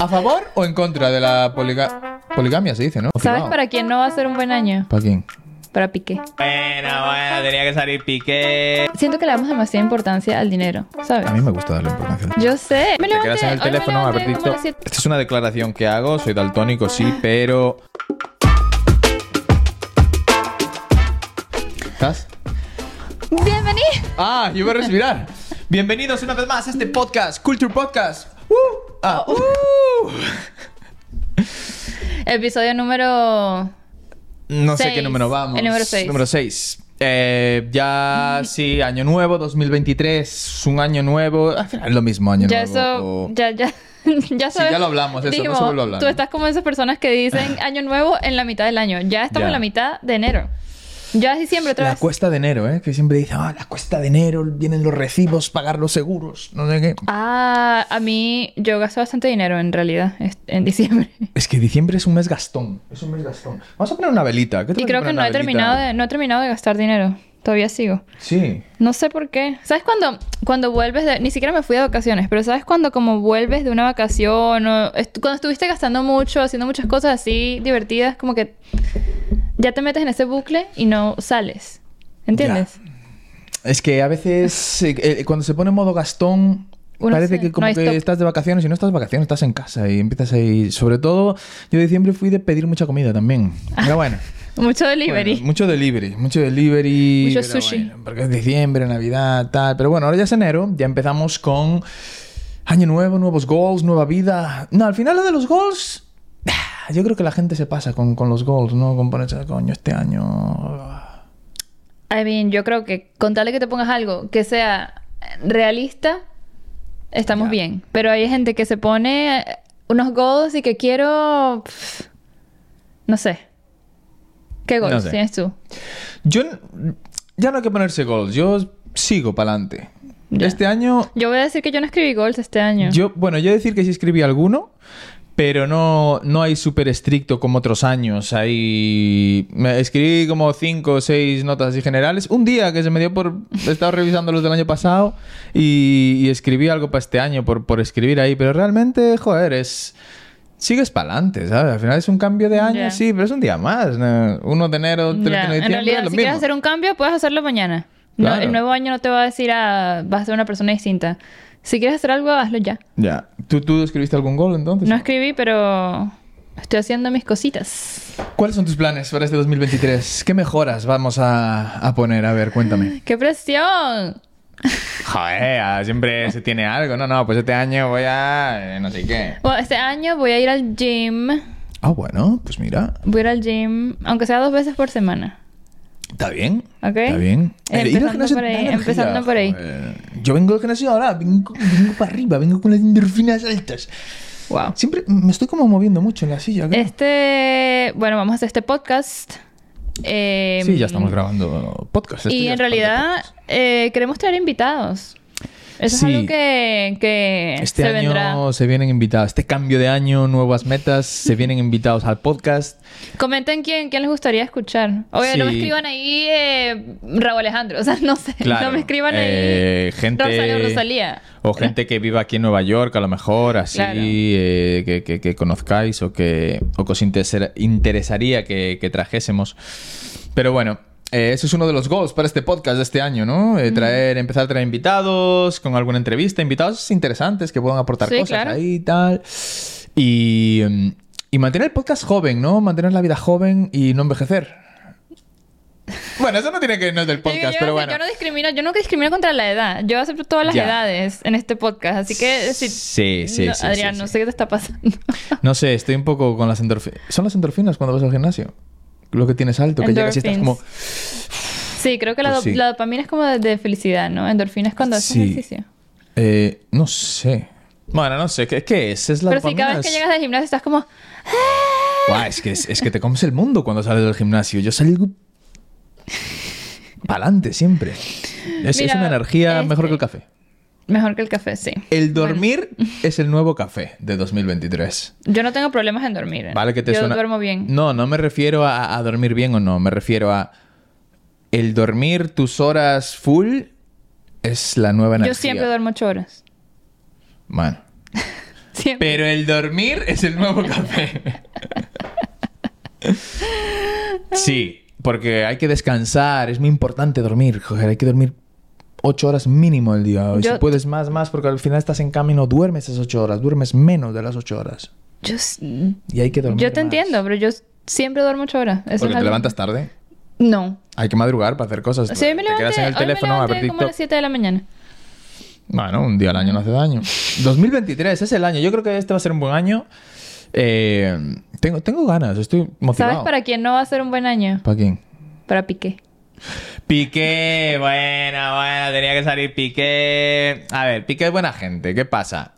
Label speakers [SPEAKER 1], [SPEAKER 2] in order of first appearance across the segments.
[SPEAKER 1] ¿A favor o en contra de la poliga- poligamia? Se dice, ¿no?
[SPEAKER 2] ¿Sabes
[SPEAKER 1] Afirmado.
[SPEAKER 2] para quién no va a ser un buen año?
[SPEAKER 1] ¿Para quién?
[SPEAKER 2] Para Piqué.
[SPEAKER 3] Bueno, bueno, tenía que salir Piqué.
[SPEAKER 2] Siento que le damos demasiada importancia al dinero, ¿sabes?
[SPEAKER 1] A mí me gusta darle importancia.
[SPEAKER 2] Yo sé. Me
[SPEAKER 1] Te
[SPEAKER 2] levanté,
[SPEAKER 1] quedas en el
[SPEAKER 2] hoy me
[SPEAKER 1] teléfono,
[SPEAKER 2] levanté
[SPEAKER 1] Albertito.
[SPEAKER 2] como a las siete.
[SPEAKER 1] Esta es una declaración que hago, soy daltónico, sí, pero. ¿Estás?
[SPEAKER 2] Bienvenido.
[SPEAKER 1] ¡Ah! Yo voy a respirar. Bienvenidos una vez más a este podcast, Culture Podcast. ¡Uh! ¡Ah!
[SPEAKER 2] Oh,
[SPEAKER 1] ¡Uh!
[SPEAKER 2] Episodio número.
[SPEAKER 1] No sé
[SPEAKER 2] Seis.
[SPEAKER 1] qué número vamos.
[SPEAKER 2] El número seis.
[SPEAKER 1] Número 6. ya, sí, año nuevo, 2023, un año nuevo. Al final es lo mismo, año
[SPEAKER 2] Ya
[SPEAKER 1] nuevo.
[SPEAKER 2] eso.
[SPEAKER 1] o-
[SPEAKER 2] Ya, ya. Ya
[SPEAKER 1] Sí,
[SPEAKER 2] sabes.
[SPEAKER 1] ya lo hablamos, eso,
[SPEAKER 2] Dijimos,
[SPEAKER 1] eso lo hablamos.
[SPEAKER 2] Tú estás como esas personas que dicen año nuevo en la mitad del año. Ya estamos
[SPEAKER 1] Ya.
[SPEAKER 2] en la mitad de enero. Ya es diciembre otra
[SPEAKER 1] La
[SPEAKER 2] vez.
[SPEAKER 1] cuesta de enero, ¿eh? Que siempre dice, ah, la cuesta de enero, vienen los recibos, pagar los seguros, no sé qué.
[SPEAKER 2] Ah, a mí yo gasto bastante dinero en realidad est- en diciembre.
[SPEAKER 1] Es que diciembre es un mes gastón. Es un mes gastón. Vamos a poner una velita. ¿Qué te
[SPEAKER 2] Y
[SPEAKER 1] parece
[SPEAKER 2] creo que
[SPEAKER 1] poner
[SPEAKER 2] no
[SPEAKER 1] una
[SPEAKER 2] he,
[SPEAKER 1] velita?
[SPEAKER 2] terminado de, no he terminado de gastar dinero. Todavía sigo.
[SPEAKER 1] Sí.
[SPEAKER 2] No sé por qué. ¿Sabes cuando, cuando vuelves de... Ni siquiera me fui de vacaciones, pero ¿sabes cuando como vuelves de una vacación o est- cuando estuviste gastando mucho, haciendo muchas cosas así divertidas, como que ya te metes en ese bucle y no sales? ¿Entiendes?
[SPEAKER 1] Es que a veces eh, eh, cuando se pone modo gastón...
[SPEAKER 2] Uno
[SPEAKER 1] parece
[SPEAKER 2] se-
[SPEAKER 1] que como
[SPEAKER 2] no hay
[SPEAKER 1] que
[SPEAKER 2] stop.
[SPEAKER 1] estás de vacaciones y no estás de vacaciones, estás en casa y empiezas ahí. Sobre todo, yo de diciembre fui de pedir mucha comida también. Pero bueno.
[SPEAKER 2] Mucho Ah, delivery.
[SPEAKER 1] Bueno, mucho delivery, mucho delivery.
[SPEAKER 2] Mucho
[SPEAKER 1] pero
[SPEAKER 2] sushi.
[SPEAKER 1] bueno, porque es diciembre, Navidad, tal. Pero bueno, ahora ya es enero, ya empezamos con año nuevo, nuevos goals, nueva vida. No, al final lo de los goals, yo creo que la gente se pasa con, con los goals, ¿no? Con ponerse, coño, este año...
[SPEAKER 2] I mean, yo creo que con tal de que te pongas algo que sea realista, estamos
[SPEAKER 1] Ya.
[SPEAKER 2] bien. Pero hay gente que se pone eh, unos goals y que quiero... pf, no sé. ¿Qué goals
[SPEAKER 1] No sé.
[SPEAKER 2] tienes tú?
[SPEAKER 1] Yo... n- Ya no hay que ponerse goals, yo sigo para adelante.
[SPEAKER 2] Ya.
[SPEAKER 1] Este año...
[SPEAKER 2] Yo voy a decir que yo no escribí goals este año.
[SPEAKER 1] Yo, bueno, yo decir que sí escribí alguno, pero no, no hay súper estricto como otros años. Ahí me escribí como cinco o seis notas así generales. Un día que se me dio por... Estaba revisando los del año pasado y, y escribí algo para este año por, por escribir ahí. Pero realmente, joder, es... Sigues para adelante, ¿sabes? Al final es un cambio de año,
[SPEAKER 2] Ya.
[SPEAKER 1] sí, pero es un día más. ¿no? 1 de enero, 31 de
[SPEAKER 2] Ya, En
[SPEAKER 1] diciembre,
[SPEAKER 2] realidad,
[SPEAKER 1] es lo
[SPEAKER 2] si
[SPEAKER 1] mismo.
[SPEAKER 2] quieres hacer un cambio, puedes hacerlo mañana. No,
[SPEAKER 1] Claro.
[SPEAKER 2] el nuevo año no te va a decir, ah, vas a ser una persona distinta. Si quieres hacer algo, hazlo ya.
[SPEAKER 1] Ya. ¿Tú, ¿Tú escribiste algún gol entonces?
[SPEAKER 2] No escribí, pero estoy haciendo mis cositas.
[SPEAKER 1] ¿Cuáles son tus planes para este 2023? ¿Qué mejoras vamos a, a poner? A ver, cuéntame.
[SPEAKER 2] ¡Qué presión!
[SPEAKER 1] Joder, ah, siempre se tiene algo. No, no, pues este año voy a... eh, no sé qué.
[SPEAKER 2] Bueno, este año voy a ir al gym.
[SPEAKER 1] Ah, bueno, pues mira.
[SPEAKER 2] Voy a ir al gym, aunque sea dos veces por semana.
[SPEAKER 1] Está bien.
[SPEAKER 2] ¿Ok?
[SPEAKER 1] Está bien. Eh, ir al
[SPEAKER 2] Empezando
[SPEAKER 1] gimnasio
[SPEAKER 2] por
[SPEAKER 1] da
[SPEAKER 2] ahí,
[SPEAKER 1] energía,
[SPEAKER 2] empezando por ahí.
[SPEAKER 1] joder. Yo vengo al gimnasio ahora, vengo, vengo para arriba, vengo con las endorfinas altas.
[SPEAKER 2] Wow.
[SPEAKER 1] Siempre me estoy como moviendo mucho en la silla. creo.
[SPEAKER 2] Este. Bueno, vamos a hacer este podcast. Eh,
[SPEAKER 1] sí, ya estamos grabando podcast. esto
[SPEAKER 2] Y
[SPEAKER 1] ya
[SPEAKER 2] en
[SPEAKER 1] es parte de
[SPEAKER 2] realidad
[SPEAKER 1] podcast.
[SPEAKER 2] eh, queremos traer invitados. Eso
[SPEAKER 1] Sí.
[SPEAKER 2] es algo que, que
[SPEAKER 1] Este
[SPEAKER 2] ¿eh? se
[SPEAKER 1] año
[SPEAKER 2] vendrá.
[SPEAKER 1] se vienen invitados. Este cambio de año, nuevas metas, se vienen invitados al podcast.
[SPEAKER 2] Comenten quién, quién les gustaría escuchar. Obvio, no me
[SPEAKER 1] Sí.
[SPEAKER 2] escriban ahí eh, Raúl Alejandro. O sea, no sé. No me escriban ahí
[SPEAKER 1] eh, gente,
[SPEAKER 2] Rosalía Rosalía.
[SPEAKER 1] O gente que viva aquí en Nueva York, a lo mejor, así,
[SPEAKER 2] Claro.
[SPEAKER 1] eh, que, que- que conozcáis o que, o que os interes- interesaría que, que trajésemos. Pero bueno. eh, eso es uno de los goals para este podcast de este año, ¿no? Eh, traer, empezar a traer invitados, con alguna entrevista, invitados interesantes que puedan aportar
[SPEAKER 2] Sí,
[SPEAKER 1] cosas
[SPEAKER 2] claro.
[SPEAKER 1] ahí y tal. Y, mm, y mantener el podcast joven, ¿no? Mantener la vida joven y no envejecer. Bueno, eso no tiene que no es del
[SPEAKER 2] Yo- yo-
[SPEAKER 1] podcast,
[SPEAKER 2] yo-
[SPEAKER 1] pero bueno.
[SPEAKER 2] Yo no discrimino, yo nunca discrimino contra la edad. Yo acepto todas las
[SPEAKER 1] Ya.
[SPEAKER 2] edades en este podcast. Así que si-
[SPEAKER 1] Sí, sí,
[SPEAKER 2] no,
[SPEAKER 1] sí,
[SPEAKER 2] Adrián,
[SPEAKER 1] sí,
[SPEAKER 2] no
[SPEAKER 1] sí.
[SPEAKER 2] sé qué te está pasando.
[SPEAKER 1] No sé, estoy un poco con las endorfinas. ¿Son las endorfinas cuando vas al gimnasio? Lo que tienes alto, que llegas y estás como...
[SPEAKER 2] Endorphins. Sí, creo que la,
[SPEAKER 1] Pues
[SPEAKER 2] do-
[SPEAKER 1] sí.
[SPEAKER 2] la dopamina es como de, de felicidad, ¿no? Endorfina es cuando haces
[SPEAKER 1] Sí.
[SPEAKER 2] ejercicio.
[SPEAKER 1] eh, no sé. Bueno, no sé, ¿qué, qué es? Es la
[SPEAKER 2] Pero si cada
[SPEAKER 1] dopamina,
[SPEAKER 2] vez que
[SPEAKER 1] es-
[SPEAKER 2] llegas al gimnasio estás como...
[SPEAKER 1] Guau, es que, es, es que te comes el mundo cuando sales del gimnasio. Yo salgo... Pa'lante siempre. Es, es
[SPEAKER 2] Mira,
[SPEAKER 1] una energía mejor que el
[SPEAKER 2] este-
[SPEAKER 1] café.
[SPEAKER 2] Mejor que el café, sí.
[SPEAKER 1] El dormir es el nuevo café de 2023.
[SPEAKER 2] Yo no tengo problemas en dormir. ¿eh?
[SPEAKER 1] Vale, que te
[SPEAKER 2] Yo
[SPEAKER 1] suena-
[SPEAKER 2] duermo bien.
[SPEAKER 1] No, no me refiero a, a dormir bien o no. Me refiero a. El dormir tus horas full es la nueva energía.
[SPEAKER 2] Yo siempre duermo ocho horas.
[SPEAKER 1] Bueno.
[SPEAKER 2] Siempre.
[SPEAKER 1] Pero el dormir es el nuevo café. sí, porque hay que descansar, es muy importante dormir, joder, hay que dormir ocho horas mínimo el día. Y
[SPEAKER 2] Yo-
[SPEAKER 1] si puedes más, más, porque al final estás en camino, duermes esas ocho horas, duermes menos de las ocho horas.
[SPEAKER 2] Yo, s-
[SPEAKER 1] Y hay que dormir.
[SPEAKER 2] yo te
[SPEAKER 1] más.
[SPEAKER 2] entiendo, pero yo s- siempre duermo ocho horas. Eso
[SPEAKER 1] Porque
[SPEAKER 2] es
[SPEAKER 1] te
[SPEAKER 2] algo-
[SPEAKER 1] levantas tarde,
[SPEAKER 2] No.
[SPEAKER 1] hay que madrugar para hacer cosas.
[SPEAKER 2] O sea, hoy me
[SPEAKER 1] te
[SPEAKER 2] levanté,
[SPEAKER 1] quedas en el
[SPEAKER 2] hoy me
[SPEAKER 1] teléfono a ver
[SPEAKER 2] levanté como a
[SPEAKER 1] TikTok.
[SPEAKER 2] las 7 de la mañana.
[SPEAKER 1] Bueno, un día al año no hace daño. 2023 es el año. Yo creo que este va a ser un buen año. Eh, tengo, tengo ganas, estoy motivado.
[SPEAKER 2] ¿Sabes para quién no va a ser un buen año?
[SPEAKER 1] ¿Para quién?
[SPEAKER 2] Para Piqué.
[SPEAKER 1] Piqué, bueno, bueno, tenía que salir Piqué. A ver, Piqué es buena gente, ¿qué pasa?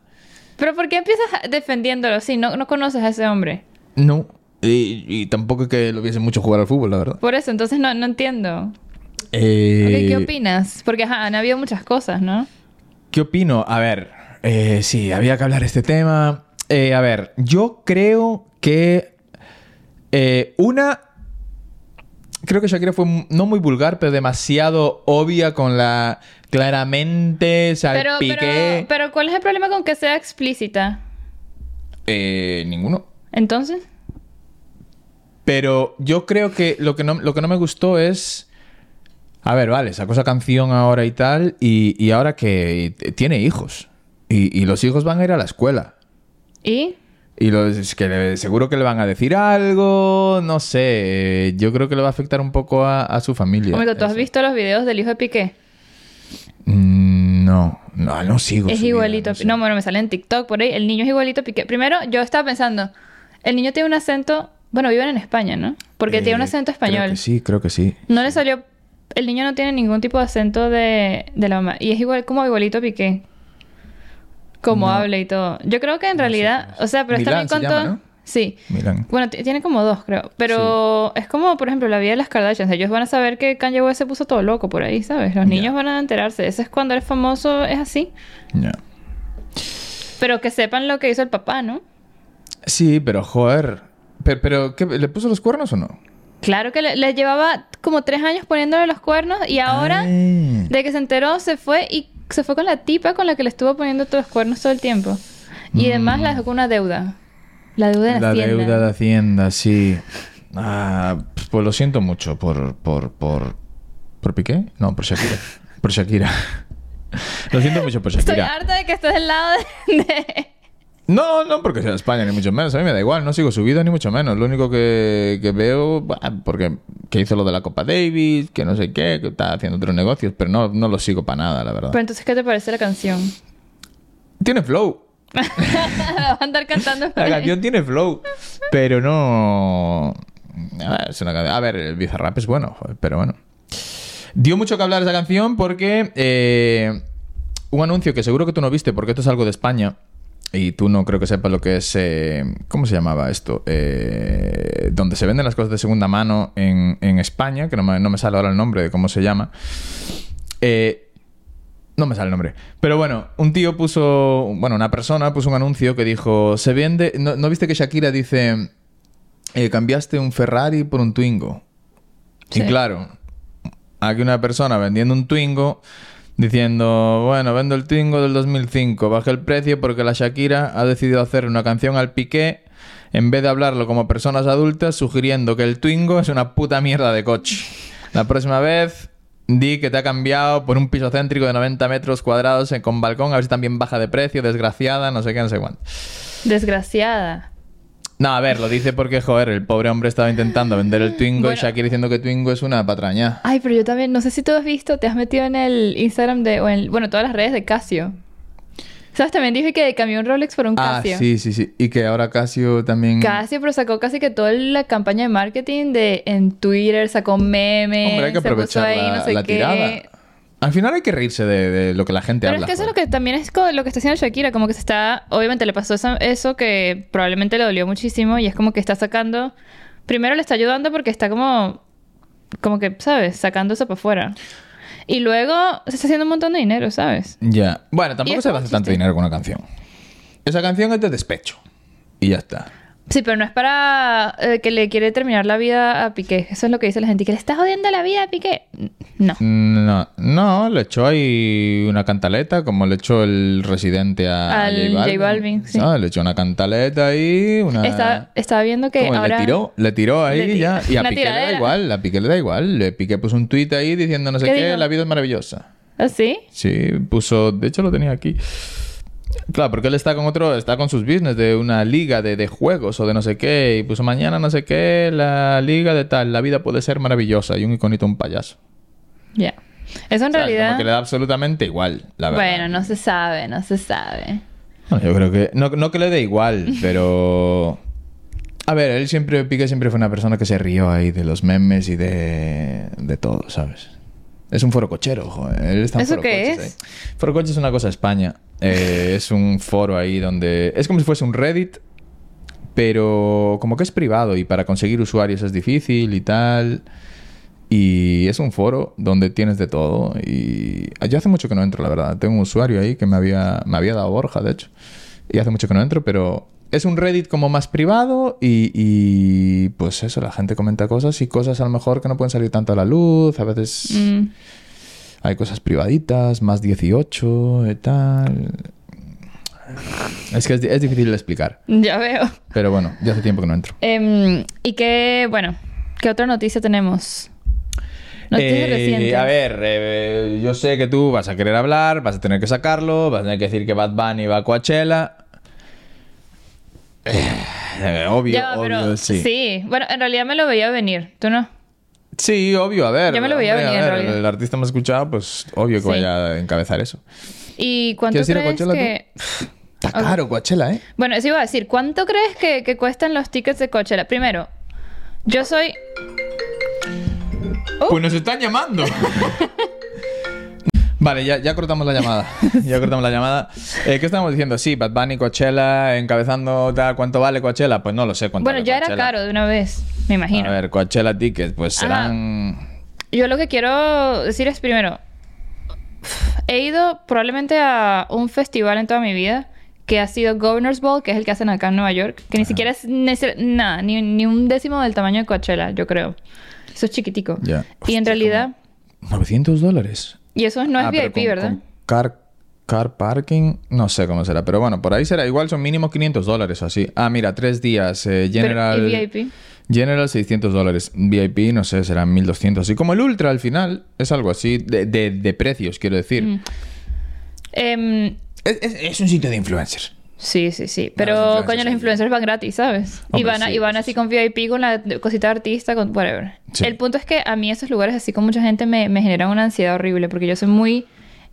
[SPEAKER 2] Pero ¿por qué empiezas defendiéndolo si no, no conoces a ese hombre?
[SPEAKER 1] No, y, y tampoco es que lo viese mucho jugar al fútbol, la verdad.
[SPEAKER 2] Por eso, entonces no, no entiendo.
[SPEAKER 1] Eh,
[SPEAKER 2] Ok, ¿Qué opinas? Porque ajá, han habido muchas cosas, ¿no?
[SPEAKER 1] ¿Qué opino? A ver, eh, sí, había que hablar de este tema. Eh, a ver, yo creo que eh, una... Creo que Shakira fue mu- no muy vulgar, pero demasiado obvia con la... Claramente,
[SPEAKER 2] Pero,
[SPEAKER 1] salpiqué...
[SPEAKER 2] pero, pero ¿cuál es el problema con que sea explícita?
[SPEAKER 1] Eh, ninguno.
[SPEAKER 2] Entonces,
[SPEAKER 1] Pero yo creo que lo que no, lo que no me gustó es... A ver, vale, sacó esa canción ahora y tal, y, y ahora que eh, tiene hijos. Y, y los hijos van a ir a la escuela.
[SPEAKER 2] ¿y?
[SPEAKER 1] Y los, es que le- seguro que le van a decir algo, no sé. eh, Yo creo que le va a afectar un poco a, a su familia.
[SPEAKER 2] Momento, ¿tú has
[SPEAKER 1] Eso.
[SPEAKER 2] visto los videos del hijo de Piqué?
[SPEAKER 1] Mm, No, no, no sigo.
[SPEAKER 2] Es
[SPEAKER 1] su vida,
[SPEAKER 2] igualito.
[SPEAKER 1] no
[SPEAKER 2] a
[SPEAKER 1] sé.
[SPEAKER 2] Pi- No, bueno, me sale en TikTok por ahí. El niño es igualito a Piqué. Primero, yo estaba pensando, el niño tiene un acento. Bueno, viven en España, ¿no? Porque
[SPEAKER 1] Eh,
[SPEAKER 2] tiene un acento
[SPEAKER 1] Creo
[SPEAKER 2] español.
[SPEAKER 1] que sí, creo que sí.
[SPEAKER 2] No le salió. El niño no tiene ningún tipo de acento de, de la mamá. Y es igual como igualito a Piqué. Como
[SPEAKER 1] No.
[SPEAKER 2] habla y todo. Yo creo que en realidad. O sea, pero está
[SPEAKER 1] Milán
[SPEAKER 2] bien con
[SPEAKER 1] se llama,
[SPEAKER 2] todo-
[SPEAKER 1] ¿no?
[SPEAKER 2] Sí.
[SPEAKER 1] Miran.
[SPEAKER 2] Bueno, t- tiene como dos, creo. Pero es como, por ejemplo, la vida de las Kardashians. Ellos van a saber que Kanye West se puso todo loco por ahí, ¿sabes? Los
[SPEAKER 1] Ya.
[SPEAKER 2] niños van a enterarse. Eso es cuando eres famoso, es así.
[SPEAKER 1] No.
[SPEAKER 2] Pero que sepan lo que hizo el papá, ¿no?
[SPEAKER 1] Sí, pero joder. Pero, pero ¿qué, ¿le puso los cuernos o no?
[SPEAKER 2] Claro que le, le llevaba como tres años poniéndole los cuernos y ahora,
[SPEAKER 1] Ah.
[SPEAKER 2] de que se enteró, se fue y se fue con la tipa con la que le estuvo poniendo todos los cuernos todo el tiempo. Y además la dejó con una deuda. La deuda de la,
[SPEAKER 1] Mm. La
[SPEAKER 2] Hacienda.
[SPEAKER 1] deuda de Hacienda, sí. Ah, pues lo siento mucho por. por. por. ¿Por Piqué? No, por Shakira. Por Shakira. Lo siento mucho por
[SPEAKER 2] Estoy
[SPEAKER 1] Shakira.
[SPEAKER 2] harta de que estés del lado de... de-
[SPEAKER 1] No, no porque sea de España, ni mucho menos. A mí me da igual, no sigo subido, ni mucho menos. Lo único que, que veo, bah, porque que hizo lo de la Copa Davis, que no sé qué, que está haciendo otros negocios, pero no, no lo sigo para nada, la verdad.
[SPEAKER 2] Pero entonces, ¿qué te parece la canción?
[SPEAKER 1] Tiene flow.
[SPEAKER 2] la vas a andar cantando. por
[SPEAKER 1] La
[SPEAKER 2] ahí.
[SPEAKER 1] canción tiene flow, pero no. A ver, es una canción- A ver, el Bizarrap es bueno, joder, pero bueno. Dio mucho que hablar esa canción porque eh, un anuncio que seguro que tú no viste, porque esto es algo de España y tú no creo que sepas lo que es. eh, ¿Cómo se llamaba esto? Eh, donde se venden las cosas de segunda mano en, en España, que no me, no me sale ahora el nombre de cómo se llama. Eh, no me sale el nombre. Pero bueno, un tío puso. Bueno, una persona puso un anuncio que dijo: Se vende. ¿No, no viste que Shakira dice. eh, cambiaste un Ferrari por un Twingo?
[SPEAKER 2] Sí.
[SPEAKER 1] Y claro, aquí una persona vendiendo un Twingo. Diciendo, bueno, vendo el Twingo del 2005, bajé el precio porque la Shakira ha decidido hacer una canción al piqué en vez de hablarlo como personas adultas, sugiriendo que el Twingo es una puta mierda de coche. La próxima vez, di que te ha cambiado por un piso céntrico de 90 metros cuadrados eh, con balcón, a ver si también baja de precio, desgraciada, no sé qué, no sé cuánto.
[SPEAKER 2] Desgraciada.
[SPEAKER 1] No, a ver, lo dice porque, joder, el pobre hombre estaba intentando vender el Twingo y
[SPEAKER 2] Bueno.
[SPEAKER 1] Shakira diciendo que Twingo es una patraña.
[SPEAKER 2] Ay, pero yo también, no sé si tú has visto, te has metido en el Instagram de, o en, bueno, todas las redes de Casio. ¿Sabes? También dije que cambió un Rolex por un
[SPEAKER 1] Ah,
[SPEAKER 2] Casio.
[SPEAKER 1] sí, sí, sí. Y que ahora Casio también...
[SPEAKER 2] Casio, pero sacó casi que toda la campaña de marketing de en Twitter, sacó memes,
[SPEAKER 1] Hombre, hay que
[SPEAKER 2] se puso
[SPEAKER 1] aprovechar
[SPEAKER 2] ahí,
[SPEAKER 1] la,
[SPEAKER 2] no sé
[SPEAKER 1] la
[SPEAKER 2] qué.
[SPEAKER 1] tirada. Al final hay que reírse de, de lo que la gente
[SPEAKER 2] Pero
[SPEAKER 1] habla.
[SPEAKER 2] es que eso es
[SPEAKER 1] joder.
[SPEAKER 2] lo que también es co- lo que está haciendo Shakira, como que se está, obviamente le pasó esa- eso que probablemente le dolió muchísimo y es como que está sacando, primero le está ayudando porque está como, como que, ¿sabes? Sacando eso para afuera. Y luego se está haciendo un montón de dinero, ¿sabes?
[SPEAKER 1] Ya. Bueno, tampoco
[SPEAKER 2] es
[SPEAKER 1] se
[SPEAKER 2] como
[SPEAKER 1] hace tanto
[SPEAKER 2] chiste.
[SPEAKER 1] dinero con una canción. Esa canción es de despecho. Y ya está.
[SPEAKER 2] Sí, pero no es para eh, que le quiere terminar la vida a Piqué. Eso es lo que dice la gente, que le está jodiendo la vida a Piqué. No.
[SPEAKER 1] No, no, le echó ahí una cantaleta, como le echó el residente a
[SPEAKER 2] Al
[SPEAKER 1] J Balvin.
[SPEAKER 2] J Balvin, sí.
[SPEAKER 1] Ah, Le echó una cantaleta ahí, una...
[SPEAKER 2] Estaba, estaba viendo que
[SPEAKER 1] ¿Cómo?
[SPEAKER 2] ahora...
[SPEAKER 1] Le tiró, le tiró ahí
[SPEAKER 2] Le tiró.
[SPEAKER 1] ya. Y a
[SPEAKER 2] Una
[SPEAKER 1] Piqué le da
[SPEAKER 2] tiradera.
[SPEAKER 1] igual, a Piqué le da igual. Le Piqué puso un tuit ahí diciendo no sé
[SPEAKER 2] ¿Qué
[SPEAKER 1] qué,
[SPEAKER 2] dijo?
[SPEAKER 1] la vida es maravillosa.
[SPEAKER 2] ¿Ah, sí?
[SPEAKER 1] Sí, puso, de hecho lo tenía aquí. Claro, porque él está con otro, está con sus business de una liga de, de juegos o de no sé qué. Y puso mañana no sé qué, la liga de tal, la vida puede ser maravillosa. Y un iconito, un payaso.
[SPEAKER 2] Ya. Eso
[SPEAKER 1] O sea,
[SPEAKER 2] en realidad...
[SPEAKER 1] Como que le da absolutamente igual, la verdad.
[SPEAKER 2] Bueno, no se sabe, no se sabe.
[SPEAKER 1] Bueno, yo creo que. No, no que le dé igual, pero. A ver, él siempre, Piqué siempre fue una persona que se rió ahí de los memes y de, de todo, ¿sabes? Es un foro cochero, joder. Él está en
[SPEAKER 2] ¿Eso
[SPEAKER 1] foro
[SPEAKER 2] qué
[SPEAKER 1] coches
[SPEAKER 2] es?
[SPEAKER 1] ahí. Foro coches es una cosa de España. Eh, es un foro ahí donde. Es como si fuese un Reddit, pero como que es privado y para conseguir usuarios es difícil y tal. Y es un foro donde tienes de todo. Y yo hace mucho que no entro, la verdad. Tengo un usuario ahí que me había, me había dado Borja, de hecho. Y hace mucho que no entro, pero es un Reddit como más privado y, y, pues eso, la gente comenta cosas y cosas a lo mejor que no pueden salir tanto a la luz. A veces
[SPEAKER 2] Mm.
[SPEAKER 1] hay cosas privaditas, más 18 y tal. Es que es, di- es difícil de explicar.
[SPEAKER 2] Ya veo.
[SPEAKER 1] Pero bueno, ya hace tiempo que no entro.
[SPEAKER 2] Em, y que, bueno, ¿qué otra noticia tenemos? Noticias
[SPEAKER 1] Eh,
[SPEAKER 2] recientes.
[SPEAKER 1] A ver, eh, yo sé que tú vas a querer hablar, vas a tener que sacarlo, vas a tener que decir que Bad Bunny va a Coachella. Eh, obvio,
[SPEAKER 2] Ya,
[SPEAKER 1] obvio,
[SPEAKER 2] pero-
[SPEAKER 1] sí. sí.
[SPEAKER 2] sí. Bueno, en realidad me lo veía venir. ¿Tú no?
[SPEAKER 1] obvio, a ver.
[SPEAKER 2] Yo me lo veía
[SPEAKER 1] hombre,
[SPEAKER 2] venir, en
[SPEAKER 1] ver,
[SPEAKER 2] realidad.
[SPEAKER 1] El artista más escuchado, pues obvio que
[SPEAKER 2] Sí.
[SPEAKER 1] vaya a encabezar eso.
[SPEAKER 2] ¿Y cuánto
[SPEAKER 1] ¿Quieres ir a
[SPEAKER 2] crees
[SPEAKER 1] Coachella
[SPEAKER 2] que...?
[SPEAKER 1] Está caro Coachella, ¿eh?
[SPEAKER 2] Bueno, eso iba a decir. ¿Cuánto crees que, que cuestan los tickets de Coachella? Primero, yo soy... Oh.
[SPEAKER 1] Pues nos están llamando. Vale, ya, ya cortamos la llamada. Ya cortamos la llamada. Eh, ¿Qué estábamos diciendo? Sí, Bad Bunny, Coachella, encabezando tal. ¿Cuánto vale Coachella? Pues no lo sé cuánto
[SPEAKER 2] Bueno,
[SPEAKER 1] vale
[SPEAKER 2] ya era
[SPEAKER 1] Coachella.
[SPEAKER 2] caro de una vez, me imagino. Ah.
[SPEAKER 1] A ver, Coachella Tickets, pues
[SPEAKER 2] Ajá.
[SPEAKER 1] serán.
[SPEAKER 2] Yo lo que quiero decir es primero, he ido probablemente a un festival en toda mi vida que ha sido Governor's Ball, que es el que hacen acá en Nueva York,
[SPEAKER 1] Ah.
[SPEAKER 2] que ni siquiera es nece- nada, ni, ni un décimo del tamaño de Coachella, yo creo. Eso es chiquitico.
[SPEAKER 1] Ya.
[SPEAKER 2] Y en
[SPEAKER 1] Hostia,
[SPEAKER 2] realidad,
[SPEAKER 1] 900 dólares.
[SPEAKER 2] y eso no es
[SPEAKER 1] Ah, pero
[SPEAKER 2] VIP,
[SPEAKER 1] con-
[SPEAKER 2] ¿verdad?
[SPEAKER 1] con car, car parking, no sé cómo será, pero bueno, por ahí será. Igual son mínimo 500 dólares o así. Ah, mira, tres días. eh,
[SPEAKER 2] Pero-
[SPEAKER 1] general.
[SPEAKER 2] y VIP.
[SPEAKER 1] General 600 dólares, VIP no sé, serán 1200, así como el Ultra al final, es algo así de, de- de precios, quiero decir.
[SPEAKER 2] Mm. Em,
[SPEAKER 1] Es, es- es un sitio de influencers.
[SPEAKER 2] sí, sí, sí.
[SPEAKER 1] los
[SPEAKER 2] Pero,
[SPEAKER 1] influencers
[SPEAKER 2] coño, los
[SPEAKER 1] ahí.
[SPEAKER 2] influencers van gratis, ¿sabes? y
[SPEAKER 1] Hombre,
[SPEAKER 2] van, a-
[SPEAKER 1] sí,
[SPEAKER 2] y van
[SPEAKER 1] sí,
[SPEAKER 2] así con VIP, con la cosita de artista, con whatever.
[SPEAKER 1] Sí.
[SPEAKER 2] El punto es que a mí esos lugares así con mucha gente me, me generan una ansiedad horrible porque yo soy muy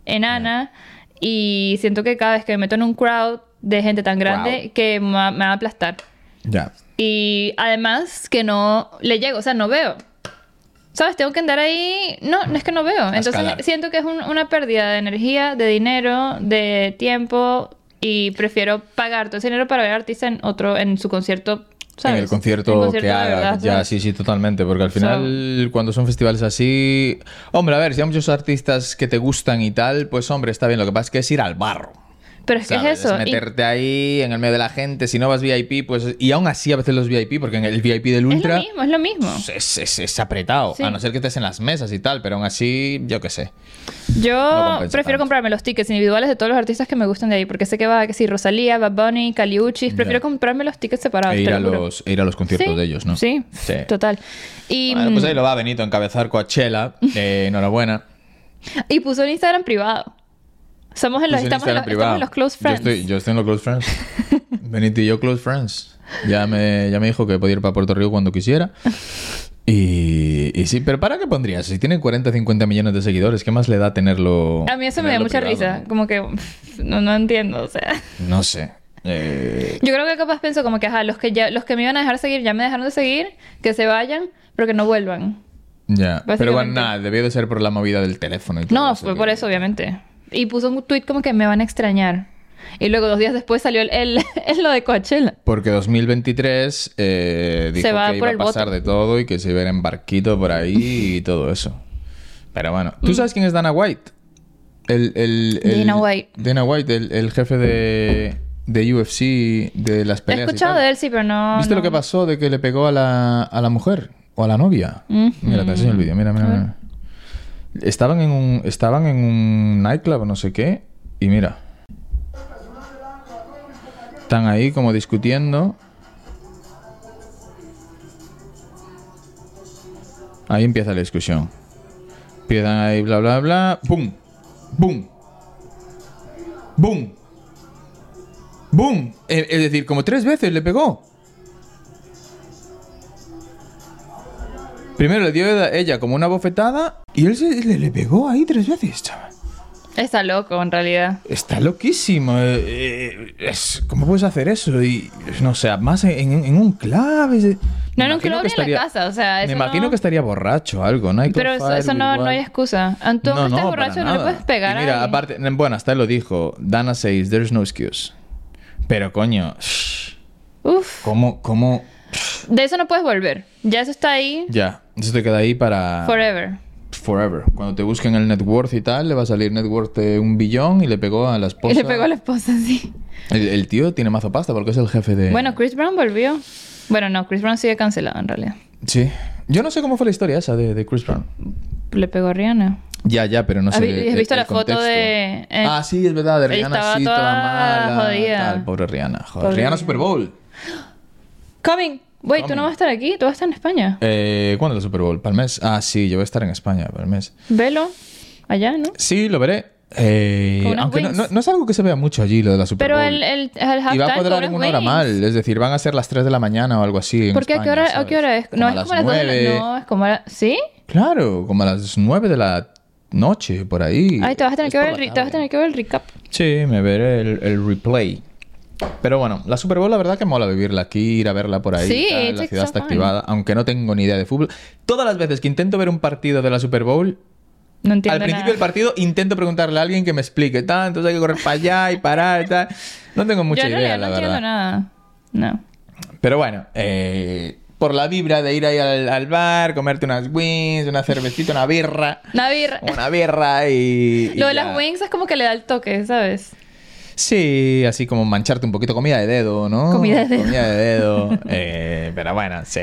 [SPEAKER 2] enana y siento que cada vez que me meto en un crowd de gente tan grande
[SPEAKER 1] Crowd.
[SPEAKER 2] que me va, me va a aplastar.
[SPEAKER 1] Ya.
[SPEAKER 2] Y además que no le llego, o sea, no veo. ¿Sabes? Tengo que andar ahí. No, no es que no veo. Entonces
[SPEAKER 1] escalar.
[SPEAKER 2] siento que es un- una pérdida de energía, de dinero, de tiempo. Y prefiero pagar todo ese dinero para ver al artista en otro, en su concierto. ¿sabes?
[SPEAKER 1] En el concierto,
[SPEAKER 2] En
[SPEAKER 1] que
[SPEAKER 2] de
[SPEAKER 1] haga.
[SPEAKER 2] verdad,
[SPEAKER 1] ya,
[SPEAKER 2] ¿sabes?
[SPEAKER 1] sí, sí, totalmente. Porque al final, cuando son festivales así. Hombre, a ver, si hay muchos artistas que te gustan y tal, pues hombre, está bien. Lo que pasa es que es ir al barro.
[SPEAKER 2] Pero es que
[SPEAKER 1] ¿sabes?
[SPEAKER 2] es eso. y-
[SPEAKER 1] meterte ahí en el medio de la gente. Si no vas VIP, pues. Y aún así, a veces los VIP, porque en el VIP del
[SPEAKER 2] es lo
[SPEAKER 1] Ultra. pues,
[SPEAKER 2] mismo, es lo mismo.
[SPEAKER 1] Es, es- es apretado,
[SPEAKER 2] Sí.
[SPEAKER 1] a no ser que estés en las mesas y tal, pero aún así, yo qué sé.
[SPEAKER 2] Yo
[SPEAKER 1] compensa
[SPEAKER 2] prefiero
[SPEAKER 1] tanto.
[SPEAKER 2] comprarme los tickets individuales de todos los artistas que me gustan de ahí, porque sé que va, que si Rosalía, Bad Bunny, Caliuchis, prefiero
[SPEAKER 1] Ya.
[SPEAKER 2] comprarme los tickets separados.
[SPEAKER 1] e ir
[SPEAKER 2] te lo
[SPEAKER 1] a,
[SPEAKER 2] juro.
[SPEAKER 1] los, e ir a los conciertos
[SPEAKER 2] Ah, Sí,
[SPEAKER 1] de ellos, ¿no?
[SPEAKER 2] Sí,
[SPEAKER 1] Sí.
[SPEAKER 2] total. Y,
[SPEAKER 1] Bueno, pues ahí lo va Benito, encabezar Coachella. Eh, enhorabuena.
[SPEAKER 2] mm, y puso el Instagram privado. Somos en los,
[SPEAKER 1] Puse en
[SPEAKER 2] estamos, en
[SPEAKER 1] Instagram
[SPEAKER 2] los, estamos en los close friends.
[SPEAKER 1] Yo estoy, yo estoy en los close friends. Benito y yo close friends. Ya me, ya me dijo que podía ir para Puerto Rico cuando quisiera. Y, y sí, pero ¿para qué pondrías? Si tiene 40 50 millones de seguidores, ¿qué más le da tenerlo?
[SPEAKER 2] A mí eso me da
[SPEAKER 1] tenerlo
[SPEAKER 2] mucha
[SPEAKER 1] privado,
[SPEAKER 2] risa, como que no, no entiendo, o sea.
[SPEAKER 1] No, No sé. Eh,
[SPEAKER 2] Yo creo que capaz pienso como que, ajá, los que, ya, los que me iban a dejar seguir ya me dejaron de seguir, que se vayan, pero que no vuelvan.
[SPEAKER 1] ya. Pero bueno,
[SPEAKER 2] Básicamente.
[SPEAKER 1] nada, debió de ser por la movida del teléfono. y todo
[SPEAKER 2] No, fue
[SPEAKER 1] que-
[SPEAKER 2] por eso, obviamente. Y puso un tweet como que me van a extrañar. Y luego dos días después salió el, el, el lo de Coachella.
[SPEAKER 1] Porque 2023 eh, dijo
[SPEAKER 2] Se va
[SPEAKER 1] que iba
[SPEAKER 2] por
[SPEAKER 1] a
[SPEAKER 2] el
[SPEAKER 1] pasar de
[SPEAKER 2] bote.
[SPEAKER 1] todo y que se iba a ir en barquito por ahí y todo eso. Pero bueno, ¿tú sabes quién es Dana White? El, el, el-
[SPEAKER 2] Mm. Dana White.
[SPEAKER 1] Dana White, el, el jefe de, de UFC, de las
[SPEAKER 2] He
[SPEAKER 1] peleas. y
[SPEAKER 2] escuchado
[SPEAKER 1] tal.
[SPEAKER 2] de él, sí, pero no...
[SPEAKER 1] ¿Viste
[SPEAKER 2] no.
[SPEAKER 1] lo que pasó de que le pegó a la, a la mujer o a la novia?
[SPEAKER 2] Ujú.
[SPEAKER 1] Mira, te enseño el vídeo, mira, mira, mira. Estaban en un, estaban en un nightclub o no sé qué. Y mira. Están ahí como discutiendo. Ahí empieza la discusión. Empiezan ahí, bla, bla, bla. ¡Pum! ¡Pum! ¡Bum! ¡Bum! Eh, Es decir, como tres veces le pegó. Primero le dio a ella como una bofetada y él se- le, le pegó ahí tres veces, chaval.
[SPEAKER 2] Está loco, en realidad.
[SPEAKER 1] Está loquísimo. eh, eh, es- ¿Cómo puedes hacer eso? Y no sé, más en, en- en un club. es-
[SPEAKER 2] No,
[SPEAKER 1] me
[SPEAKER 2] no, que
[SPEAKER 1] imagino
[SPEAKER 2] lo
[SPEAKER 1] que
[SPEAKER 2] en la
[SPEAKER 1] estaría-
[SPEAKER 2] casa, o sea,
[SPEAKER 1] Me
[SPEAKER 2] eso
[SPEAKER 1] imagino
[SPEAKER 2] no-
[SPEAKER 1] que estaría borracho o algo, ¿no? Hay
[SPEAKER 2] Pero eso, eso no, no hay excusa. Antonio
[SPEAKER 1] no,
[SPEAKER 2] estás
[SPEAKER 1] no, para
[SPEAKER 2] borracho, no le
[SPEAKER 1] nada.
[SPEAKER 2] puedes pegar
[SPEAKER 1] Y
[SPEAKER 2] a
[SPEAKER 1] mira,
[SPEAKER 2] alguien.
[SPEAKER 1] aparte, bueno, hasta él lo dijo. Dana 6, there's no excuse. Pero coño, shh,
[SPEAKER 2] Uf,
[SPEAKER 1] ¿cómo, cómo?
[SPEAKER 2] de eso no puedes volver. Ya eso está ahí
[SPEAKER 1] Ya, eso te queda ahí para...
[SPEAKER 2] forever.
[SPEAKER 1] Forever. Cuando te busquen el net worth y tal, le va a salir net worth de un billón y le pegó a la esposa.
[SPEAKER 2] Y le pegó a la esposa, sí.
[SPEAKER 1] el, el tío tiene mazo pasta porque es el jefe de...
[SPEAKER 2] Bueno, Chris Brown volvió. Bueno, no, Chris Brown sigue cancelado en realidad.
[SPEAKER 1] Sí. Yo no sé cómo fue la historia esa de, de Chris Brown.
[SPEAKER 2] Le pegó a Rihanna.
[SPEAKER 1] Ya, ya, pero no
[SPEAKER 2] ¿Has
[SPEAKER 1] sé...
[SPEAKER 2] vi-
[SPEAKER 1] el-
[SPEAKER 2] has visto
[SPEAKER 1] el
[SPEAKER 2] la foto
[SPEAKER 1] contexto.
[SPEAKER 2] de- eh,
[SPEAKER 1] ah, sí, es verdad, de
[SPEAKER 2] ella
[SPEAKER 1] Rihanna
[SPEAKER 2] estaba
[SPEAKER 1] sí, toda,
[SPEAKER 2] toda
[SPEAKER 1] mala,
[SPEAKER 2] jodida.
[SPEAKER 1] tal. Pobre Rihanna. joder.
[SPEAKER 2] Pobre
[SPEAKER 1] Rihanna
[SPEAKER 2] Rihanna.
[SPEAKER 1] Super Bowl.
[SPEAKER 2] Coming. Wait, tú
[SPEAKER 1] Coming.
[SPEAKER 2] no vas a estar aquí, tú vas a estar en España.
[SPEAKER 1] Eh, ¿Cuándo es el Super Bowl? ¿Para el mes? Ah, sí, yo voy a estar en España para el mes.
[SPEAKER 2] Velo. Allá, ¿no?
[SPEAKER 1] Sí, lo veré. Eh,
[SPEAKER 2] Con unos
[SPEAKER 1] aunque no,
[SPEAKER 2] wings.
[SPEAKER 1] no- no es algo que se vea mucho allí, lo de la Super
[SPEAKER 2] Pero
[SPEAKER 1] Bowl.
[SPEAKER 2] el, el, el
[SPEAKER 1] y
[SPEAKER 2] halftime
[SPEAKER 1] va a cuadrar en
[SPEAKER 2] con los
[SPEAKER 1] una hora
[SPEAKER 2] wings.
[SPEAKER 1] mal, es decir, van a ser las 3 de la mañana o algo así. en
[SPEAKER 2] ¿Por qué? ¿A qué
[SPEAKER 1] España,
[SPEAKER 2] hora, ¿A
[SPEAKER 1] ¿sabes?
[SPEAKER 2] qué hora es? No, es como a las 2 de la... No, es como a la... ¿Sí?
[SPEAKER 1] Claro, como a las 9 de la noche, por ahí.
[SPEAKER 2] Ay, te vas a tener,
[SPEAKER 1] Es
[SPEAKER 2] que
[SPEAKER 1] por
[SPEAKER 2] ver el,
[SPEAKER 1] la
[SPEAKER 2] re- te vas
[SPEAKER 1] tarde.
[SPEAKER 2] a tener que ver el recap.
[SPEAKER 1] Sí, me veré el, el replay. Pero bueno, la Super Bowl la verdad que mola vivirla aquí, ir a verla por ahí.
[SPEAKER 2] Sí,
[SPEAKER 1] y tal,
[SPEAKER 2] it's
[SPEAKER 1] la
[SPEAKER 2] like
[SPEAKER 1] ciudad
[SPEAKER 2] so
[SPEAKER 1] está
[SPEAKER 2] fun.
[SPEAKER 1] activada, aunque no tengo ni idea de fútbol. Todas las veces que intento ver un partido de la Super Bowl,
[SPEAKER 2] No entiendo
[SPEAKER 1] Al principio
[SPEAKER 2] nada.
[SPEAKER 1] del partido intento preguntarle a alguien que me explique, tal, entonces hay que correr para allá y parar, tal. No tengo mucha
[SPEAKER 2] Yo en
[SPEAKER 1] idea,
[SPEAKER 2] realidad
[SPEAKER 1] la
[SPEAKER 2] no
[SPEAKER 1] verdad.
[SPEAKER 2] entiendo nada. No.
[SPEAKER 1] Pero bueno, eh, por la vibra de ir ahí al, al bar, comerte unas wings, una cervecita, una birra,
[SPEAKER 2] Navir,
[SPEAKER 1] una birra y. y
[SPEAKER 2] lo de
[SPEAKER 1] ya.
[SPEAKER 2] las wings es como que le da el toque, ¿sabes?
[SPEAKER 1] Sí, así como mancharte un poquito comida de dedo, ¿no?
[SPEAKER 2] Comida de dedo.
[SPEAKER 1] Comida de dedo. eh, pero bueno, sí.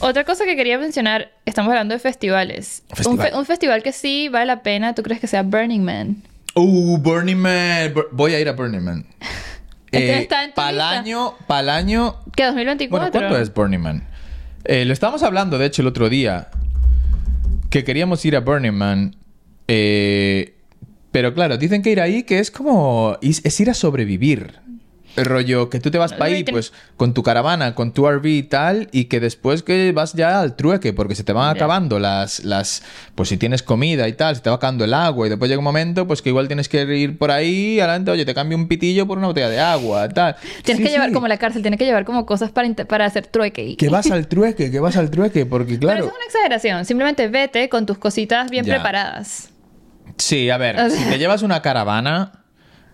[SPEAKER 2] Otra cosa que quería mencionar, estamos hablando de festivales. Un,
[SPEAKER 1] Festival.
[SPEAKER 2] fe- un festival que sí vale la pena, ¿tú crees que sea Burning Man?
[SPEAKER 1] Uh, Burning Man. Bur- Voy a ir a Burning Man. Eh,
[SPEAKER 2] Este está en tu
[SPEAKER 1] pa'l
[SPEAKER 2] lista.
[SPEAKER 1] año, pa'l año
[SPEAKER 2] Que 2024.
[SPEAKER 1] Bueno, ¿cuánto es Burning Man? Eh, lo estábamos hablando, de hecho, el otro día. Que queríamos ir a Burning Man. eh, pero claro, dicen que ir ahí que es como... Es, es ir a sobrevivir. El rollo que tú te vas para ahí,
[SPEAKER 2] Ten-
[SPEAKER 1] pues, con tu caravana, con tu RV y tal, y que después que vas ya al trueque, porque se te van
[SPEAKER 2] Ya.
[SPEAKER 1] acabando las, las... Pues si tienes comida y tal, se te va acabando el agua, y después llega un momento, pues que igual tienes que ir por ahí, adelante, oye, te cambio un pitillo por una botella de agua, tal.
[SPEAKER 2] Tienes
[SPEAKER 1] Sí,
[SPEAKER 2] que llevar
[SPEAKER 1] sí.
[SPEAKER 2] como la cárcel, tienes que llevar como cosas para, inte- para hacer trueque. y-
[SPEAKER 1] Que vas al trueque, que vas al trueque, porque
[SPEAKER 2] Pero
[SPEAKER 1] claro.
[SPEAKER 2] eso es una exageración. Simplemente vete con tus cositas bien
[SPEAKER 1] Ya.
[SPEAKER 2] preparadas.
[SPEAKER 1] Sí, a ver, si te llevas una caravana,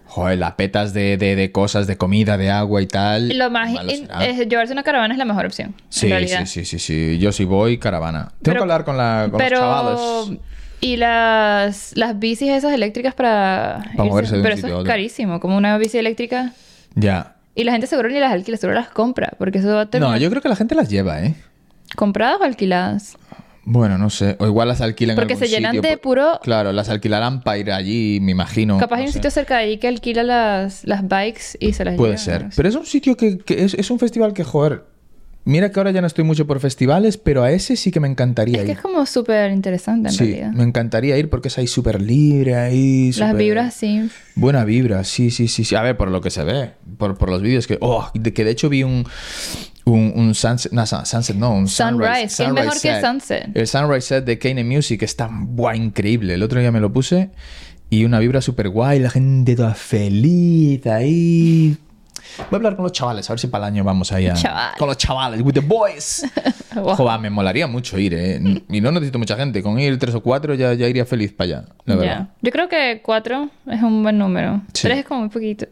[SPEAKER 1] joder, la petas de, de, de cosas, de comida, de agua y tal.
[SPEAKER 2] Lo más
[SPEAKER 1] malo
[SPEAKER 2] in-
[SPEAKER 1] será.
[SPEAKER 2] es llevarse una caravana es la mejor opción. en
[SPEAKER 1] Sí,
[SPEAKER 2] realidad.
[SPEAKER 1] sí, sí, sí, sí. Yo sí voy caravana. Tengo
[SPEAKER 2] Pero-
[SPEAKER 1] que hablar con, la, con los
[SPEAKER 2] Pero
[SPEAKER 1] chavales.
[SPEAKER 2] y las las bicis esas eléctricas para irse?
[SPEAKER 1] moverse de un
[SPEAKER 2] pero
[SPEAKER 1] sitio a
[SPEAKER 2] eso es
[SPEAKER 1] otro.
[SPEAKER 2] carísimo, como una bici eléctrica
[SPEAKER 1] Ya.
[SPEAKER 2] y la gente seguro ni las alquila, seguro las compra, porque eso va a
[SPEAKER 1] No,
[SPEAKER 2] terminar
[SPEAKER 1] yo creo que la gente las lleva, ¿eh?
[SPEAKER 2] compradas o alquiladas.
[SPEAKER 1] Bueno, no sé. O igual las alquilan en
[SPEAKER 2] Porque
[SPEAKER 1] algún
[SPEAKER 2] se llenan
[SPEAKER 1] sitio,
[SPEAKER 2] de
[SPEAKER 1] por-
[SPEAKER 2] puro-
[SPEAKER 1] Claro, las alquilarán para ir allí, me imagino.
[SPEAKER 2] Capaz
[SPEAKER 1] no
[SPEAKER 2] hay un
[SPEAKER 1] sé.
[SPEAKER 2] sitio cerca de ahí que alquila las, las bikes y se las
[SPEAKER 1] Puede
[SPEAKER 2] lleva,
[SPEAKER 1] ser.
[SPEAKER 2] no sé.
[SPEAKER 1] Pero es un sitio que, que es, es un festival que, joder. Mira que ahora ya no estoy mucho por festivales, pero a ese sí que me encantaría
[SPEAKER 2] es
[SPEAKER 1] ir.
[SPEAKER 2] que es como súper interesante en
[SPEAKER 1] sí,
[SPEAKER 2] realidad.
[SPEAKER 1] me encantaría ir porque es ahí súper libre, ahí...
[SPEAKER 2] Las
[SPEAKER 1] súper-
[SPEAKER 2] vibras así.
[SPEAKER 1] Buena vibra, sí, sí, sí, sí. A ver, por lo que se ve, por, por los vídeos que... Oh, de, que de hecho vi un... Un, un sunset, no, sun- sunset, no, un sunrise.
[SPEAKER 2] Sunrise, que es mejor que sunset.
[SPEAKER 1] El sunrise set de Kane Music está guay, increíble. El otro día me lo puse y una vibra súper guay, la gente toda feliz ahí. Voy a hablar con los chavales, a ver si para el año vamos allá.
[SPEAKER 2] Chaval.
[SPEAKER 1] Con los chavales, with the boys.
[SPEAKER 2] Wow.
[SPEAKER 1] Joder, me molaría mucho ir, ¿eh? N- Y no necesito mucha gente. Con ir tres o cuatro ya, ya iría feliz para allá, la
[SPEAKER 2] Ya.
[SPEAKER 1] verdad.
[SPEAKER 2] Yo creo que cuatro es un buen número.
[SPEAKER 1] Sí.
[SPEAKER 2] Tres es como muy poquito.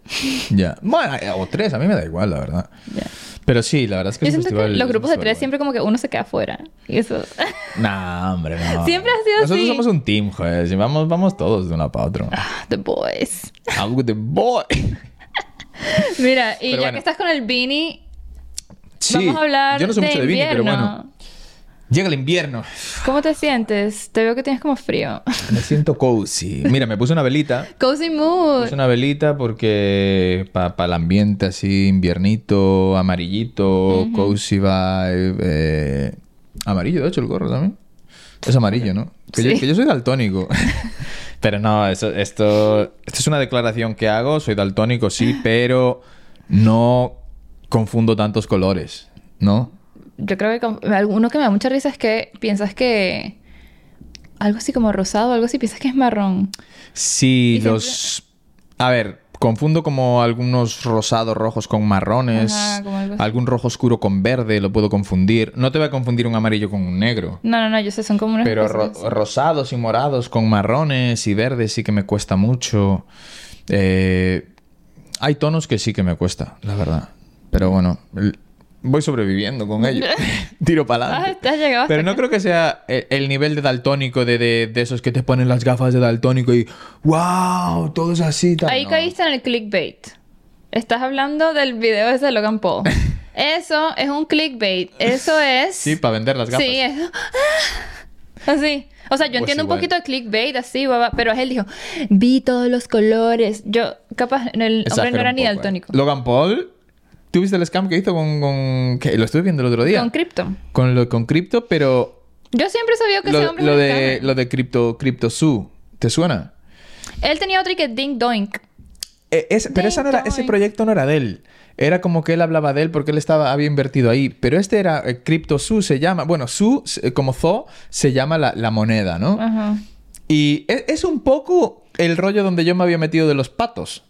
[SPEAKER 1] Ya. Bueno, eh, o tres, a mí me da igual, la verdad.
[SPEAKER 2] Ya.
[SPEAKER 1] Pero sí, la verdad es que
[SPEAKER 2] Yo
[SPEAKER 1] es un
[SPEAKER 2] siento que
[SPEAKER 1] festival- ¿eh?
[SPEAKER 2] los
[SPEAKER 1] es un
[SPEAKER 2] grupos de
[SPEAKER 1] festival
[SPEAKER 2] tres siempre como que uno se queda afuera. Y eso.
[SPEAKER 1] guay. Nah, hombre, no.
[SPEAKER 2] Siempre ha sido
[SPEAKER 1] Nosotros
[SPEAKER 2] así.
[SPEAKER 1] somos un team, joder. Si vamos, vamos todos de una para otra.
[SPEAKER 2] The boys.
[SPEAKER 1] I'm with the boy.
[SPEAKER 2] Mira,
[SPEAKER 1] Pero
[SPEAKER 2] y ya
[SPEAKER 1] bueno.
[SPEAKER 2] que estás con el Beanie,
[SPEAKER 1] Sí,
[SPEAKER 2] vamos a hablar
[SPEAKER 1] yo no sé
[SPEAKER 2] de
[SPEAKER 1] mucho de Vini,
[SPEAKER 2] invierno.
[SPEAKER 1] pero bueno. Llega el invierno.
[SPEAKER 2] ¿Cómo te sientes? Te veo que tienes como frío.
[SPEAKER 1] Me siento cozy. Mira, me puse una velita.
[SPEAKER 2] Cozy mood.
[SPEAKER 1] Puse una velita porque para el ambiente así, inviernito, amarillito, cozy vibe. eh, amarillo, de hecho, el gorro también. Es amarillo, ¿no? Que, yo,
[SPEAKER 2] Sí.
[SPEAKER 1] que yo soy daltónico. pero no, eso- esto, esto es una declaración que hago. Soy daltónico, sí, pero no confundo tantos colores, ¿no?
[SPEAKER 2] Yo creo que con- alguno que me da mucha risa es que piensas que algo así como rosado, algo así, piensas que es marrón.
[SPEAKER 1] Sí,
[SPEAKER 2] Y
[SPEAKER 1] los... A ver, confundo como algunos rosados rojos con marrones,
[SPEAKER 2] Ajá, como algo así.
[SPEAKER 1] algún rojo oscuro con verde, lo puedo confundir. No te voy a confundir un amarillo con un negro,
[SPEAKER 2] No, no, no, yo sé, son como unos.
[SPEAKER 1] pero ro- rosados y morados con marrones y verdes sí que me cuesta mucho. Eh, hay tonos que sí que me cuesta, la verdad. Pero bueno, l- voy sobreviviendo con ello. Tiro para
[SPEAKER 2] Ah,
[SPEAKER 1] adelante.
[SPEAKER 2] te has llegado hasta
[SPEAKER 1] Pero no
[SPEAKER 2] acá.
[SPEAKER 1] creo que sea e- el, nivel de daltónico de, de, de esos que te ponen las gafas de daltónico y wow, todo es así. Tal.
[SPEAKER 2] Ahí
[SPEAKER 1] No.
[SPEAKER 2] caíste en el clickbait. Estás hablando del video ese de Logan Paul. Eso es un clickbait. Eso es.
[SPEAKER 1] Sí, para vender las gafas.
[SPEAKER 2] Sí, eso. Así. O sea, yo
[SPEAKER 1] Pues
[SPEAKER 2] entiendo
[SPEAKER 1] igual.
[SPEAKER 2] un poquito de clickbait, así, baba, pero él dijo, vi todos los colores. Yo, capaz, el hombre
[SPEAKER 1] Exagera
[SPEAKER 2] no era
[SPEAKER 1] un
[SPEAKER 2] ni
[SPEAKER 1] poco,
[SPEAKER 2] daltónico.
[SPEAKER 1] eh. Logan Paul, ¿tú viste el scam que hizo con... con- que lo estuve viendo el otro día.
[SPEAKER 2] Con Krypton.
[SPEAKER 1] Con lo- con cripto, pero...
[SPEAKER 2] Yo siempre he sabido que ese
[SPEAKER 1] Lo,
[SPEAKER 2] hombre
[SPEAKER 1] lo
[SPEAKER 2] es un
[SPEAKER 1] de,
[SPEAKER 2] scammer.
[SPEAKER 1] lo de cripto, cripto Zoo, ¿te suena?
[SPEAKER 2] Él tenía otro y que Ding Doink.
[SPEAKER 1] Eh, es- pero esa no era- ese
[SPEAKER 2] Ding-dong.
[SPEAKER 1] proyecto no era de él. Era como que él hablaba de él porque él estaba, había invertido ahí. Pero este era eh, Crypto Su, se llama. Bueno, Su, se- como Zoo, se llama la, la moneda, ¿no?
[SPEAKER 2] Ajá.
[SPEAKER 1] Y e- es, un poco el rollo donde yo me había metido de los patos.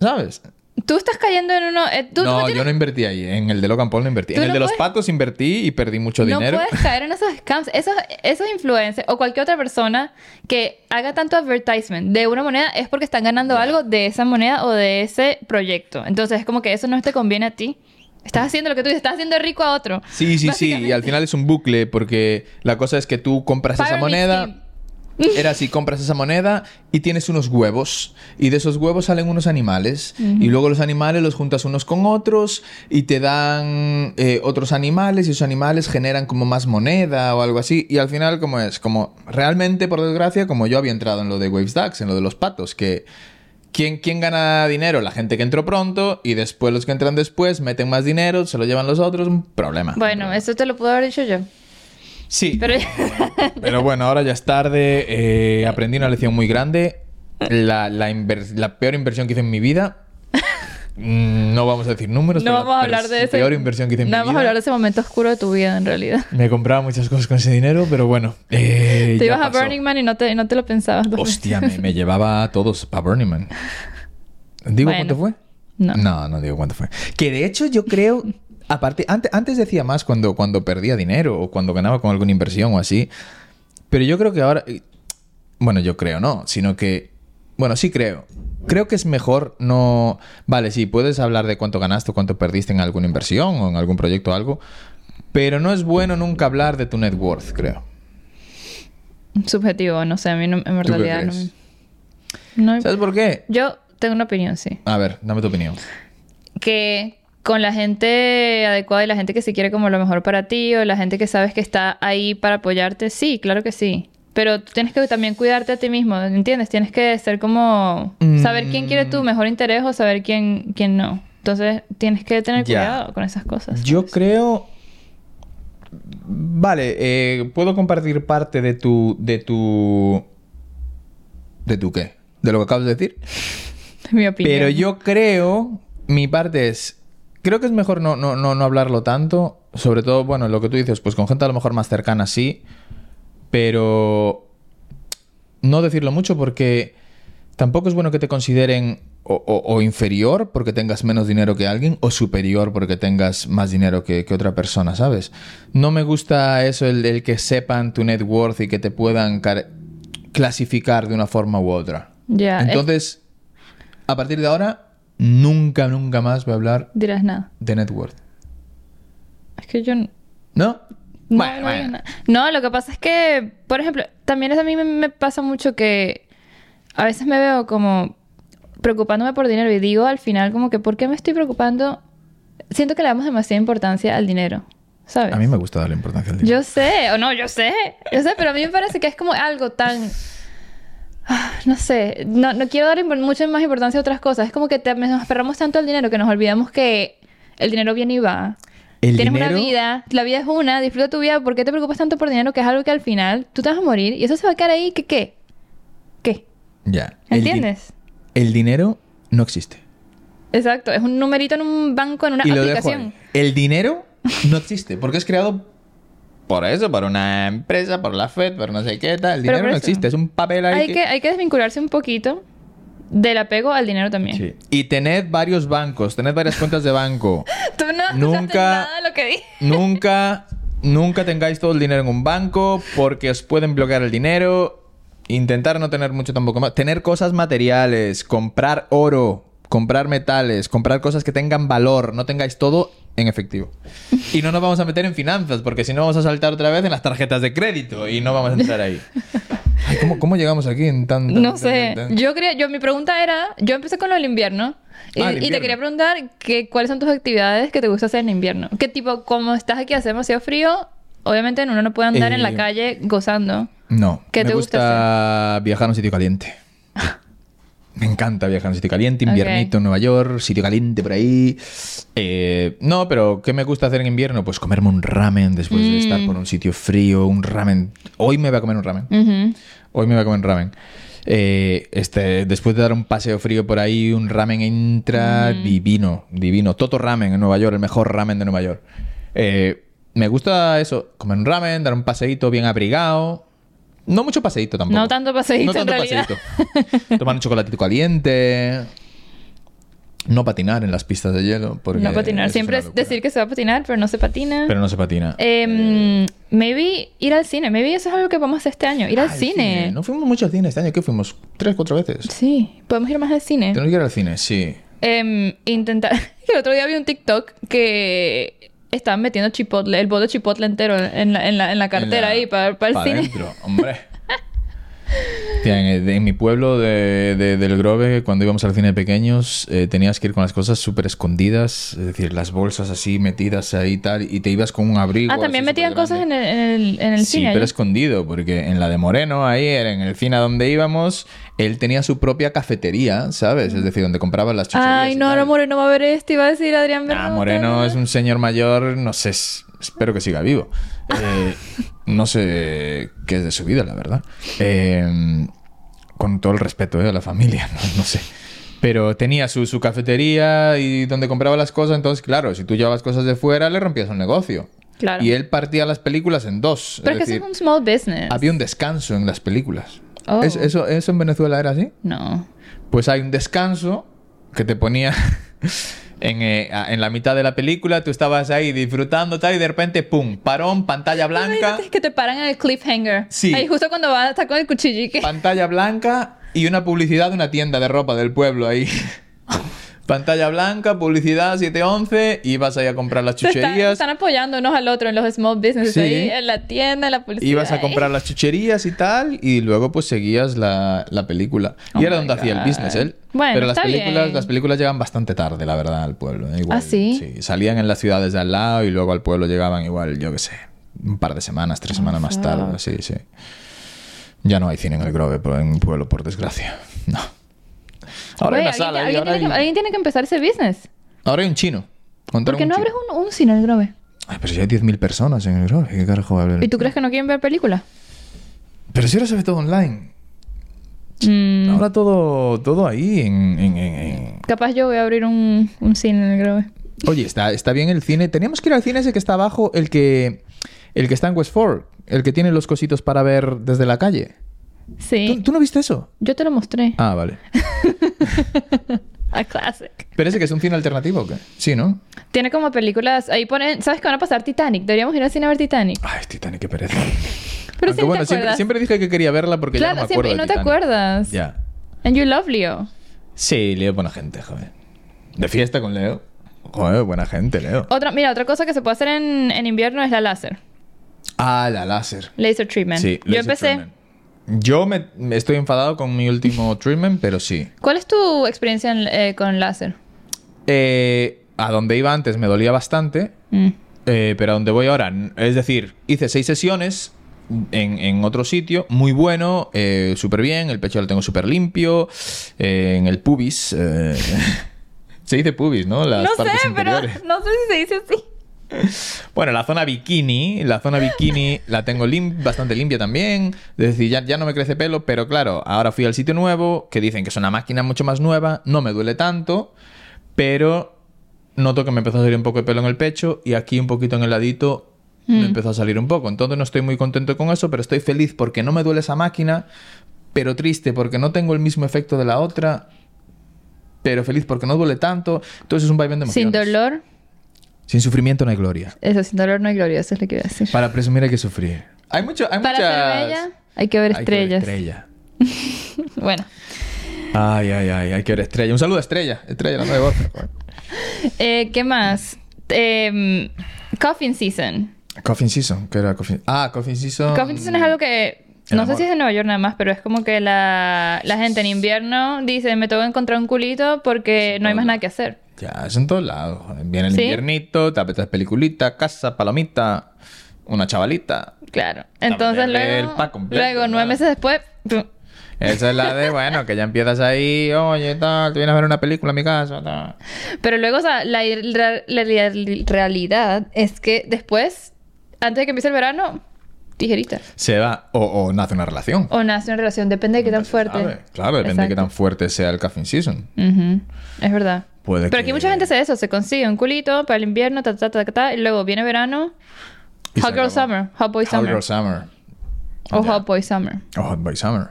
[SPEAKER 1] ¿Sabes?
[SPEAKER 2] Tú estás cayendo en uno... eh, tú, tú
[SPEAKER 1] no,
[SPEAKER 2] tienes-
[SPEAKER 1] yo no invertí ahí. En el de Logan Paul no invertí.
[SPEAKER 2] Tú
[SPEAKER 1] En el
[SPEAKER 2] no
[SPEAKER 1] de los
[SPEAKER 2] puedes-
[SPEAKER 1] patos invertí y perdí mucho
[SPEAKER 2] no
[SPEAKER 1] dinero.
[SPEAKER 2] puedes caer en esos scams. Esos, esos influencers o cualquier otra persona que haga tanto advertisement de una moneda es porque están ganando algo de esa moneda o de ese proyecto. Entonces es como que eso no te conviene a ti. Estás haciendo lo que tú dices, estás haciendo rico a otro.
[SPEAKER 1] Sí, sí, sí. Y al
[SPEAKER 2] Básicamente.
[SPEAKER 1] final es un bucle porque la cosa es que tú compras esa
[SPEAKER 2] Pyramid
[SPEAKER 1] moneda.
[SPEAKER 2] scheme.
[SPEAKER 1] Era así, compras esa moneda y tienes unos huevos. Y de esos huevos salen unos animales. Y luego los animales los juntas unos con otros y te dan eh, otros animales y esos animales generan como más moneda o algo así. Y al final, como es? Como realmente, por desgracia, como yo había entrado en lo de Waves Ducks, en lo de los patos, que... ¿Quién, ¿Quién gana dinero? La gente que entró pronto y después los que entran después meten más dinero, se lo llevan los otros, un problema.
[SPEAKER 2] Bueno, eso te lo pudo haber dicho yo.
[SPEAKER 1] Sí.
[SPEAKER 2] Pero
[SPEAKER 1] Pero bueno, ahora ya es tarde. eh, aprendí una lección muy grande. La, la inver- la peor inversión que hice en mi vida. Mm, No vamos a decir números.
[SPEAKER 2] no
[SPEAKER 1] pero la-
[SPEAKER 2] vamos a
[SPEAKER 1] pero
[SPEAKER 2] hablar de
[SPEAKER 1] es
[SPEAKER 2] ese...
[SPEAKER 1] La peor inversión que hice en
[SPEAKER 2] No
[SPEAKER 1] mi
[SPEAKER 2] vamos
[SPEAKER 1] vida.
[SPEAKER 2] a hablar de ese momento oscuro de tu vida, en realidad.
[SPEAKER 1] Me compraba muchas cosas con ese dinero, pero bueno. eh,
[SPEAKER 2] Te
[SPEAKER 1] ya
[SPEAKER 2] ibas
[SPEAKER 1] pasó.
[SPEAKER 2] a Burning Man y no te, no te lo pensabas. dos veces.
[SPEAKER 1] Hostia, me, me llevaba a todos a Burning Man. ¿Digo
[SPEAKER 2] Bueno.
[SPEAKER 1] cuánto fue?
[SPEAKER 2] No.
[SPEAKER 1] No, no digo cuánto fue. Que de hecho yo creo, aparte, antes, antes decía más cuando, cuando perdía dinero o cuando ganaba con alguna inversión o así, pero yo creo que ahora, eh, bueno, yo creo no, sino que, bueno, sí creo. Creo que es mejor no... Vale, sí, puedes hablar de cuánto ganaste o cuánto perdiste en alguna inversión o en algún proyecto o algo, pero no es bueno nunca hablar de tu net worth, creo.
[SPEAKER 2] Subjetivo, no sé, a mí no, en
[SPEAKER 1] ¿Tú qué
[SPEAKER 2] realidad no,
[SPEAKER 1] crees?
[SPEAKER 2] me- no me-
[SPEAKER 1] ¿Sabes por qué?
[SPEAKER 2] Yo tengo una opinión, sí.
[SPEAKER 1] A ver, dame tu opinión.
[SPEAKER 2] Que con la gente adecuada y la gente que se quiere como lo mejor para ti o la gente que sabes que está ahí para apoyarte, sí, claro que sí. Pero tú tienes que también cuidarte a ti mismo, ¿entiendes? Tienes que ser como... Saber quién quiere
[SPEAKER 1] Mm.
[SPEAKER 2] tu mejor interés o saber quién, quién no. Entonces tienes que tener
[SPEAKER 1] Ya.
[SPEAKER 2] cuidado con esas cosas. pues.
[SPEAKER 1] Yo creo. Vale, eh, puedo compartir parte de tu. de tu. ¿De tu qué? ¿De lo que acabas de decir?
[SPEAKER 2] Es mi opinión.
[SPEAKER 1] Pero yo creo. Mi parte es. Creo que es mejor no, no, no, no hablarlo tanto. Sobre todo, bueno, lo que tú dices, pues con gente a lo mejor más cercana sí. Pero. No decirlo mucho porque. Tampoco es bueno que te consideren o, o- o inferior porque tengas menos dinero que alguien o superior porque tengas más dinero que, que otra persona, ¿sabes? No me gusta eso, el, el que sepan tu net worth y que te puedan car- clasificar de una forma u otra.
[SPEAKER 2] Ya, es-
[SPEAKER 1] Entonces, a partir de ahora, nunca, nunca más voy a hablar
[SPEAKER 2] Dirás nada.
[SPEAKER 1] de net worth.
[SPEAKER 2] Es que yo... n-
[SPEAKER 1] ¿No?
[SPEAKER 2] No, no, digo nada. No, lo que pasa es que, por ejemplo, también eso a mí me, me pasa mucho que a veces me veo como preocupándome por dinero y digo al final como que, ¿por qué me estoy preocupando? Siento que le damos demasiada importancia al dinero. ¿sabes?
[SPEAKER 1] A mí me gusta darle importancia al dinero.
[SPEAKER 2] Yo sé, o no, yo sé, yo sé, pero a mí me parece que es como algo tan... Ah, No sé, no, no quiero dar impor- mucha más importancia a otras cosas. Es como que te- nos aferramos tanto al dinero que nos olvidamos que el dinero viene y va.
[SPEAKER 1] El
[SPEAKER 2] Tienes
[SPEAKER 1] dinero-
[SPEAKER 2] una vida, la vida es una, disfruta tu vida. ¿Por qué te preocupas tanto por dinero? Que es algo que al final tú te vas a morir y eso se va a quedar ahí. ¿Qué qué? ¿Qué?
[SPEAKER 1] Ya. El di-
[SPEAKER 2] ¿Entiendes?
[SPEAKER 1] el dinero no existe.
[SPEAKER 2] Exacto, es un numerito en un banco, en una
[SPEAKER 1] y lo dejo
[SPEAKER 2] aplicación.
[SPEAKER 1] ahí. El dinero no existe porque es creado por eso, por una empresa, por la Fed, por no sé qué tal. El dinero
[SPEAKER 2] Pero por
[SPEAKER 1] no
[SPEAKER 2] eso.
[SPEAKER 1] existe, es un papel ahí.
[SPEAKER 2] Hay que, hay que desvincularse un poquito del apego al dinero también.
[SPEAKER 1] Sí. Y tened varios bancos, tened varias cuentas de banco.
[SPEAKER 2] Tú no escuchaste
[SPEAKER 1] Nunca-
[SPEAKER 2] nada de lo que dije.
[SPEAKER 1] nunca, nunca tengáis todo el dinero en un banco porque os pueden bloquear el dinero. Intentar no tener mucho tampoco más. Tener cosas materiales, comprar oro, comprar metales, comprar cosas que tengan valor. No tengáis todo en efectivo. Y no nos vamos a meter en finanzas porque si no vamos a saltar otra vez en las tarjetas de crédito y no vamos a entrar ahí. Ay, ¿cómo, cómo llegamos aquí en tan... tan-
[SPEAKER 2] No
[SPEAKER 1] tan-
[SPEAKER 2] sé.
[SPEAKER 1] tan-
[SPEAKER 2] Yo quería, yo mi pregunta era, yo empecé con lo del invierno. Y,
[SPEAKER 1] Ah, el
[SPEAKER 2] y te
[SPEAKER 1] invierno.
[SPEAKER 2] quería preguntar que, cuáles son tus actividades que te gusta hacer en invierno. Que tipo, como estás aquí hace demasiado frío, obviamente uno no puede andar en la
[SPEAKER 1] Eh,
[SPEAKER 2] calle gozando.
[SPEAKER 1] No.
[SPEAKER 2] ¿Qué
[SPEAKER 1] me
[SPEAKER 2] te gusta
[SPEAKER 1] viajar a un sitio caliente. Me encanta viajar a un sitio caliente,
[SPEAKER 2] Ok.
[SPEAKER 1] inviernito en Nueva York, sitio caliente por ahí. Eh, no, pero ¿qué me gusta hacer en invierno? Pues comerme un ramen después
[SPEAKER 2] Mm.
[SPEAKER 1] de estar por un sitio frío, un ramen. Hoy me voy a comer un ramen.
[SPEAKER 2] Ujú.
[SPEAKER 1] Hoy me voy a comer ramen. Eh, este, después de dar un paseo frío por ahí, un ramen entra divino, divino. Toto Ramen en Nueva York, el mejor ramen de Nueva York. Eh, me gusta eso, comer un ramen, dar un paseíto bien abrigado. No mucho paseíto tampoco.
[SPEAKER 2] No tanto paseíto,
[SPEAKER 1] No
[SPEAKER 2] en
[SPEAKER 1] tanto
[SPEAKER 2] realidad.
[SPEAKER 1] paseíto. Tomar un chocolatito caliente. No patinar en las pistas de hielo. porque
[SPEAKER 2] No patinar.
[SPEAKER 1] eso
[SPEAKER 2] Siempre
[SPEAKER 1] es
[SPEAKER 2] es
[SPEAKER 1] una locura.
[SPEAKER 2] decir que se va a patinar, pero no se patina.
[SPEAKER 1] Pero eh, no se patina.
[SPEAKER 2] Em, maybe ir al cine. Maybe eso es algo que podemos hacer este año. Ir al
[SPEAKER 1] Ah, el
[SPEAKER 2] cine.
[SPEAKER 1] No fuimos mucho al cine este año. ¿Qué fuimos? ¿Tres, cuatro veces?
[SPEAKER 2] Sí, podemos ir más al cine.
[SPEAKER 1] Tenemos que ir al cine, sí.
[SPEAKER 2] Em, intentar. El otro día vi un TikTok que estaban metiendo chipotle, el bol de chipotle entero en la, en la, en la cartera
[SPEAKER 1] En la-
[SPEAKER 2] ahí para, para el
[SPEAKER 1] pa'
[SPEAKER 2] cine.
[SPEAKER 1] dentro, hombre. Tía, en, el- en mi pueblo de- de- del Grove, cuando íbamos al cine de pequeños, eh, tenías que ir con las cosas súper escondidas, es decir, las bolsas así metidas ahí y tal, y te ibas con un abrigo.
[SPEAKER 2] Ah, también
[SPEAKER 1] así
[SPEAKER 2] metían
[SPEAKER 1] supergrande.
[SPEAKER 2] cosas en el, en el, en el
[SPEAKER 1] sí,
[SPEAKER 2] cine.
[SPEAKER 1] pero
[SPEAKER 2] allí.
[SPEAKER 1] escondido, porque en la de Moreno, ahí era en el cine a donde íbamos, él tenía su propia cafetería, ¿sabes? Es decir, donde compraba las chucherías.
[SPEAKER 2] Ay,
[SPEAKER 1] y
[SPEAKER 2] no,
[SPEAKER 1] tal.
[SPEAKER 2] ahora Moreno va a ver esto y va a decir Adrián
[SPEAKER 1] Ah,
[SPEAKER 2] Bernal,
[SPEAKER 1] Moreno
[SPEAKER 2] tal,
[SPEAKER 1] es un señor mayor, no sé, s- espero que siga vivo. Eh, no sé qué es de su vida, la verdad. Eh, con todo el respeto eh, a la familia, no, no sé. Pero tenía su, su cafetería y donde compraba las cosas, entonces claro, si tú llevabas cosas de fuera, le rompías el negocio.
[SPEAKER 2] Claro.
[SPEAKER 1] Y él partía las películas en dos.
[SPEAKER 2] Pero es
[SPEAKER 1] es
[SPEAKER 2] que
[SPEAKER 1] decir,
[SPEAKER 2] eso es un small business.
[SPEAKER 1] había un descanso en las películas.
[SPEAKER 2] Oh.
[SPEAKER 1] ¿Es- eso, ¿Eso en Venezuela era así?
[SPEAKER 2] No.
[SPEAKER 1] pues hay un descanso que te ponía en, eh, a- en la mitad de la película, tú estabas ahí disfrutando tal y de repente, ¡pum! Parón, pantalla blanca,
[SPEAKER 2] Imagínate que te paran en el cliffhanger.
[SPEAKER 1] Sí.
[SPEAKER 2] Ahí justo cuando va a estar con el cuchillo y que...
[SPEAKER 1] pantalla blanca y una publicidad de una tienda de ropa del pueblo ahí. Pantalla blanca, publicidad 711 y vas ahí a comprar las
[SPEAKER 2] Se están,
[SPEAKER 1] chucherías.
[SPEAKER 2] están apoyando unos al otro en los small businesses
[SPEAKER 1] Sí.
[SPEAKER 2] ahí, en la tienda, en la publicidad.
[SPEAKER 1] Ibas a
[SPEAKER 2] ahí.
[SPEAKER 1] comprar las chucherías y tal, y luego pues seguías la, la película.
[SPEAKER 2] Oh
[SPEAKER 1] y era
[SPEAKER 2] my
[SPEAKER 1] donde hacía el
[SPEAKER 2] God.
[SPEAKER 1] business él.
[SPEAKER 2] Bueno,
[SPEAKER 1] Pero las
[SPEAKER 2] está
[SPEAKER 1] películas,
[SPEAKER 2] bien.
[SPEAKER 1] las películas llegan bastante tarde, la verdad, al pueblo. ¿eh? Igual,
[SPEAKER 2] ¿Ah, sí?
[SPEAKER 1] Salían en las ciudades de al lado y luego al pueblo llegaban igual, yo qué sé, un par de semanas,
[SPEAKER 2] Oh,
[SPEAKER 1] tres semanas más tarde. Sí, sí. Ya no hay cine en el Grove, pero en mi pueblo, por desgracia. No. Ahora hay
[SPEAKER 2] Güey,
[SPEAKER 1] una
[SPEAKER 2] alguien-
[SPEAKER 1] sala, ahí,
[SPEAKER 2] alguien,
[SPEAKER 1] ahora,
[SPEAKER 2] tiene que,
[SPEAKER 1] hay,
[SPEAKER 2] alguien tiene que empezar ese business.
[SPEAKER 1] ahora hay un chino. Montaron
[SPEAKER 2] ¿Por qué
[SPEAKER 1] un
[SPEAKER 2] no
[SPEAKER 1] chino.
[SPEAKER 2] abres un, un cine el Grove?
[SPEAKER 1] Ay, pero si hay 10.000 personas en el Grove, ¿qué carajo va a haber?
[SPEAKER 2] ¿Y tú crees que no quieren ver películas?
[SPEAKER 1] Pero si ahora se ve todo online.
[SPEAKER 2] Mm,
[SPEAKER 1] Ahora todo, todo ahí en... en- en- en-
[SPEAKER 2] Capaz yo voy a abrir un, un cine en el Grove.
[SPEAKER 1] Oye, está, está bien el cine. Teníamos que ir al cine ese que está abajo, el que, el que está en Westford, el que tiene los cositos para ver desde la calle. ¿Tú,
[SPEAKER 2] Sí.
[SPEAKER 1] tú no viste eso?
[SPEAKER 2] Yo te lo mostré.
[SPEAKER 1] Ah, vale.
[SPEAKER 2] A classic.
[SPEAKER 1] Pero ese que es un cine alternativo, ¿o ¿qué? Sí, ¿no?
[SPEAKER 2] Tiene como películas. Ahí ponen. ¿Sabes qué van a pasar? Titanic. Deberíamos ir al cine a ver Titanic.
[SPEAKER 1] Ay, Titanic, qué pereza.
[SPEAKER 2] Pero
[SPEAKER 1] Aunque
[SPEAKER 2] sí
[SPEAKER 1] Ah, bueno,
[SPEAKER 2] te
[SPEAKER 1] siempre,
[SPEAKER 2] acuerdas.
[SPEAKER 1] siempre dije que quería verla porque
[SPEAKER 2] claro,
[SPEAKER 1] ya no me acuerdo
[SPEAKER 2] siempre. Y no
[SPEAKER 1] de
[SPEAKER 2] te
[SPEAKER 1] Titanic.
[SPEAKER 2] acuerdas.
[SPEAKER 1] Ya.
[SPEAKER 2] And you love Leo.
[SPEAKER 1] Sí, Leo buena gente, joder. De fiesta con Leo. Joder, buena gente, Leo.
[SPEAKER 2] Otra, mira, otra cosa que se puede hacer en, en invierno es la láser.
[SPEAKER 1] Ah, la láser.
[SPEAKER 2] Laser treatment.
[SPEAKER 1] Sí,
[SPEAKER 2] Yo
[SPEAKER 1] laser
[SPEAKER 2] empecé.
[SPEAKER 1] treatment. Yo me, me estoy enfadado con mi último treatment, pero sí.
[SPEAKER 2] ¿Cuál es tu experiencia en- eh, con láser?
[SPEAKER 1] Eh, a donde iba antes me dolía bastante
[SPEAKER 2] Mm.
[SPEAKER 1] Eh, pero a donde voy ahora, n- es decir, hice seis sesiones en, en otro sitio, muy bueno, eh, súper bien, el pecho lo tengo súper limpio, eh, en el pubis. eh, se dice pubis, ¿no? Las
[SPEAKER 2] no sé,
[SPEAKER 1] partes
[SPEAKER 2] pero
[SPEAKER 1] interiores.
[SPEAKER 2] no sé si se dice así.
[SPEAKER 1] Bueno, la zona bikini, la zona bikini la tengo lim- bastante limpia también. Es decir, ya, ya no me crece pelo, pero claro, ahora fui al sitio nuevo, que dicen que es una máquina mucho más nueva, no me duele tanto, pero noto que me empezó a salir un poco de pelo en el pecho y aquí un poquito en el ladito
[SPEAKER 2] Mm.
[SPEAKER 1] me empezó a salir un poco. Entonces no estoy muy contento con eso, pero estoy feliz porque no me duele esa máquina, pero triste porque no tengo el mismo efecto de la otra. Pero feliz porque no duele tanto. Entonces es un vaivén de
[SPEAKER 2] Sin
[SPEAKER 1] emociones.
[SPEAKER 2] dolor,
[SPEAKER 1] Sin sufrimiento no hay gloria.
[SPEAKER 2] eso, sin dolor no hay gloria, eso es lo que iba a decir.
[SPEAKER 1] Para presumir hay que sufrir. Hay mucho, hay
[SPEAKER 2] Para
[SPEAKER 1] muchas...
[SPEAKER 2] ser bella, hay que ver
[SPEAKER 1] Hay que ver
[SPEAKER 2] estrellas.
[SPEAKER 1] estrella.
[SPEAKER 2] bueno,
[SPEAKER 1] Ay, ay, ay, hay que ver estrella. Un saludo a estrella. Estrella, la nueva voz.
[SPEAKER 2] eh, ¿qué más? Em, coffin season.
[SPEAKER 1] Coffin Season, ¿qué era Coffin? Ah, Coffin Season.
[SPEAKER 2] Coffin season es algo que.
[SPEAKER 1] El
[SPEAKER 2] No sé
[SPEAKER 1] amor.
[SPEAKER 2] si es de Nueva York nada más, pero es como que la, la gente en invierno dice: Me tengo que encontrar un culito porque no hay más nada que hacer.
[SPEAKER 1] Ya, es en todos lados. joder. Viene el
[SPEAKER 2] ¿Sí?
[SPEAKER 1] inviernito, te apetas peliculita, casa, palomita, una chavalita.
[SPEAKER 2] Claro. Entonces
[SPEAKER 1] pero el
[SPEAKER 2] luego,
[SPEAKER 1] pack completo,
[SPEAKER 2] luego
[SPEAKER 1] claro.
[SPEAKER 2] nueve meses después, ¡pum!
[SPEAKER 1] Esa es la de, bueno, que ya empiezas ahí, oye, tal, te vienes a ver una película a mi casa, tal.
[SPEAKER 2] Pero luego, o sea, la, ir- la- la real- realidad es que después, antes de que empiece el verano, tijeritas.
[SPEAKER 1] Se va, o, o nace una relación.
[SPEAKER 2] O nace una relación, depende de Oh, qué tan
[SPEAKER 1] Se
[SPEAKER 2] fuerte.
[SPEAKER 1] sabe. Claro, depende de qué tan
[SPEAKER 2] Exacto.
[SPEAKER 1] fuerte sea el Coffin Season.
[SPEAKER 2] Ujú, Es verdad.
[SPEAKER 1] Puede
[SPEAKER 2] Pero
[SPEAKER 1] que-
[SPEAKER 2] aquí mucha gente hace eso, se consigue un culito para el invierno, ta, ta, ta, ta, ta, y luego viene verano,
[SPEAKER 1] Y se
[SPEAKER 2] Hot Girl
[SPEAKER 1] acabó.
[SPEAKER 2] Summer, Hot Boy Summer,
[SPEAKER 1] Girl Summer.
[SPEAKER 2] o
[SPEAKER 1] Ya.
[SPEAKER 2] Hot Boy Summer.
[SPEAKER 1] O Oh, Hot Boy Summer.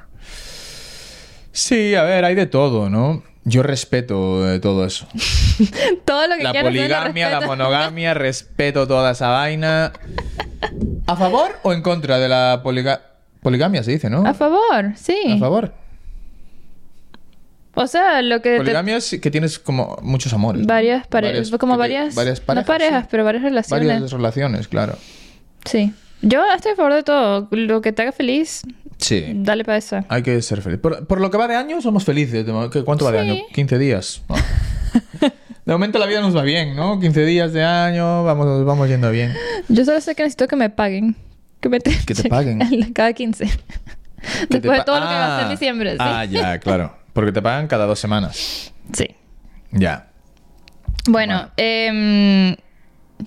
[SPEAKER 1] Sí, a ver, hay de todo, ¿no? Yo respeto eh, todo eso.
[SPEAKER 2] Todo lo que
[SPEAKER 1] La
[SPEAKER 2] quieras. tener
[SPEAKER 1] poligamia, la
[SPEAKER 2] respeto.
[SPEAKER 1] monogamia, respeto toda esa vaina. ¿A favor o en contra de la poliga- poligamia? se dice, ¿no?
[SPEAKER 2] A favor, sí.
[SPEAKER 1] A favor.
[SPEAKER 2] O sea, lo que... te-
[SPEAKER 1] Poligamia es que tienes como muchos amores. ¿no?
[SPEAKER 2] Varias parejas,
[SPEAKER 1] Varias-
[SPEAKER 2] como
[SPEAKER 1] que te-
[SPEAKER 2] varias,
[SPEAKER 1] varias parejas.
[SPEAKER 2] no parejas,
[SPEAKER 1] sí.
[SPEAKER 2] pero varias relaciones.
[SPEAKER 1] Varias relaciones, claro.
[SPEAKER 2] Sí. Yo estoy a favor de todo. Lo que te haga feliz,
[SPEAKER 1] Sí.
[SPEAKER 2] dale para eso.
[SPEAKER 1] Hay que ser feliz. Por, por lo que va de año, somos felices. De mo- ¿qué- ¿Cuánto va de
[SPEAKER 2] Sí.
[SPEAKER 1] año? 15 días. ¿no? De momento la vida nos va bien, ¿no? 15 días de año, vamos, vamos yendo bien.
[SPEAKER 2] Yo solo sé que necesito que me paguen. Que me
[SPEAKER 1] Que te paguen.
[SPEAKER 2] Cada 15.
[SPEAKER 1] Que te
[SPEAKER 2] Después de
[SPEAKER 1] pa-
[SPEAKER 2] todo lo que va a
[SPEAKER 1] Ah.
[SPEAKER 2] ser diciembre, sí.
[SPEAKER 1] Ah, ya, claro. Porque te pagan cada dos semanas.
[SPEAKER 2] Sí.
[SPEAKER 1] Ya.
[SPEAKER 2] Bueno,
[SPEAKER 1] Bueno.
[SPEAKER 2] em,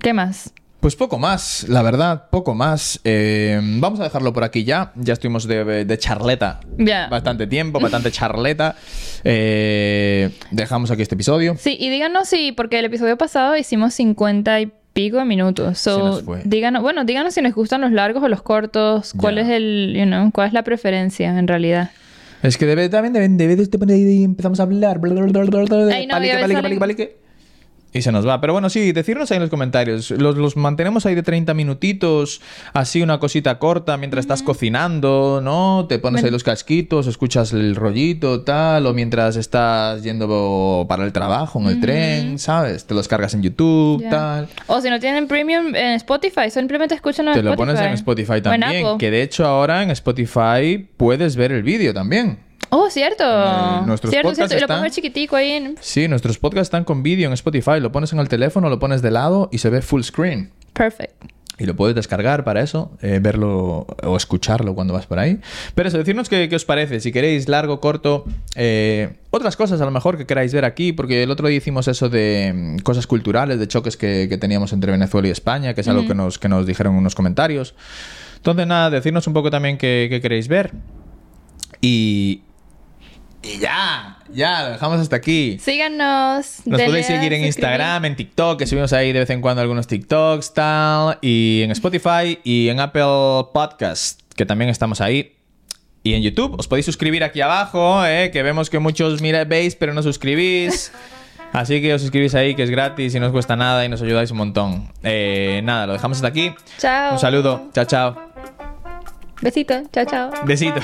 [SPEAKER 2] ¿qué más?
[SPEAKER 1] Pues poco más, la verdad, poco más. Eh, vamos a dejarlo por aquí ya. Ya estuvimos de, de charleta.
[SPEAKER 2] Ya.
[SPEAKER 1] Bastante tiempo, bastante charleta. Eh, dejamos aquí este episodio.
[SPEAKER 2] Sí, y díganos si, porque el episodio pasado hicimos 50 y pico de minutos. So,
[SPEAKER 1] Se nos fue.
[SPEAKER 2] díganos, bueno, díganos si les gustan los largos o los cortos, cuál
[SPEAKER 1] Ya.
[SPEAKER 2] es el, you know, cuál es la preferencia en realidad.
[SPEAKER 1] Es que debe, también deben de veces te pones ahí y empezamos a hablar. bla, bla, bla, bla, bla, bla,
[SPEAKER 2] Ay, no,
[SPEAKER 1] palique,
[SPEAKER 2] ya
[SPEAKER 1] palique,
[SPEAKER 2] me salen.
[SPEAKER 1] palique, palique. Y se nos va. Pero bueno, sí, decirnos ahí en los comentarios. Los, los mantenemos ahí de 30 minutitos, así una cosita corta mientras estás cocinando, ¿no? Te pones ahí los casquitos, escuchas el rollito, tal, o mientras estás yendo para el trabajo en el tren, ¿sabes? Te los cargas en YouTube,
[SPEAKER 2] Ya.
[SPEAKER 1] tal.
[SPEAKER 2] O si no tienen premium en Spotify, simplemente escuchan en
[SPEAKER 1] Te
[SPEAKER 2] Spotify. pues.
[SPEAKER 1] lo pones en Spotify
[SPEAKER 2] O en
[SPEAKER 1] también.
[SPEAKER 2] Apple.
[SPEAKER 1] que de hecho ahora en Spotify puedes ver el vídeo también.
[SPEAKER 2] Oh, cierto.
[SPEAKER 1] Eh, nuestros
[SPEAKER 2] cierto,
[SPEAKER 1] podcasts
[SPEAKER 2] cierto. Y lo
[SPEAKER 1] están-
[SPEAKER 2] pongo chiquitico ahí. en-
[SPEAKER 1] Sí, nuestros podcasts están con vídeo en Spotify. Lo pones en el teléfono, lo pones de lado y se ve full screen.
[SPEAKER 2] Perfect.
[SPEAKER 1] Y lo puedes descargar para eso, eh, verlo o escucharlo cuando vas por ahí. Pero eso, decirnos qué, qué os parece. Si queréis largo, corto, eh, otras cosas a lo mejor que queráis ver aquí, porque el otro día hicimos eso de mm, cosas culturales, de choques que, que teníamos entre Venezuela y España, que es algo que, nos, que nos dijeron unos comentarios. Entonces, nada, decirnos un poco también qué, qué queréis ver. Y... Y ya, ya, lo dejamos hasta aquí.
[SPEAKER 2] Síganos.
[SPEAKER 1] Nos
[SPEAKER 2] denle
[SPEAKER 1] podéis
[SPEAKER 2] a
[SPEAKER 1] seguir en
[SPEAKER 2] suscribir.
[SPEAKER 1] Instagram, en TikTok, que subimos ahí de vez en cuando algunos TikToks, tal, y en Spotify y en Apple Podcast, que también estamos ahí. Y en YouTube, os podéis suscribir aquí abajo, eh, que vemos que muchos mira, veis, pero no suscribís. Así que os suscribís ahí, que es gratis y no os cuesta nada y nos ayudáis un montón. Eh, nada, lo dejamos hasta aquí.
[SPEAKER 2] Chao.
[SPEAKER 1] Un saludo, chao, chao.
[SPEAKER 2] Besito. Chao, chao.
[SPEAKER 1] Besito.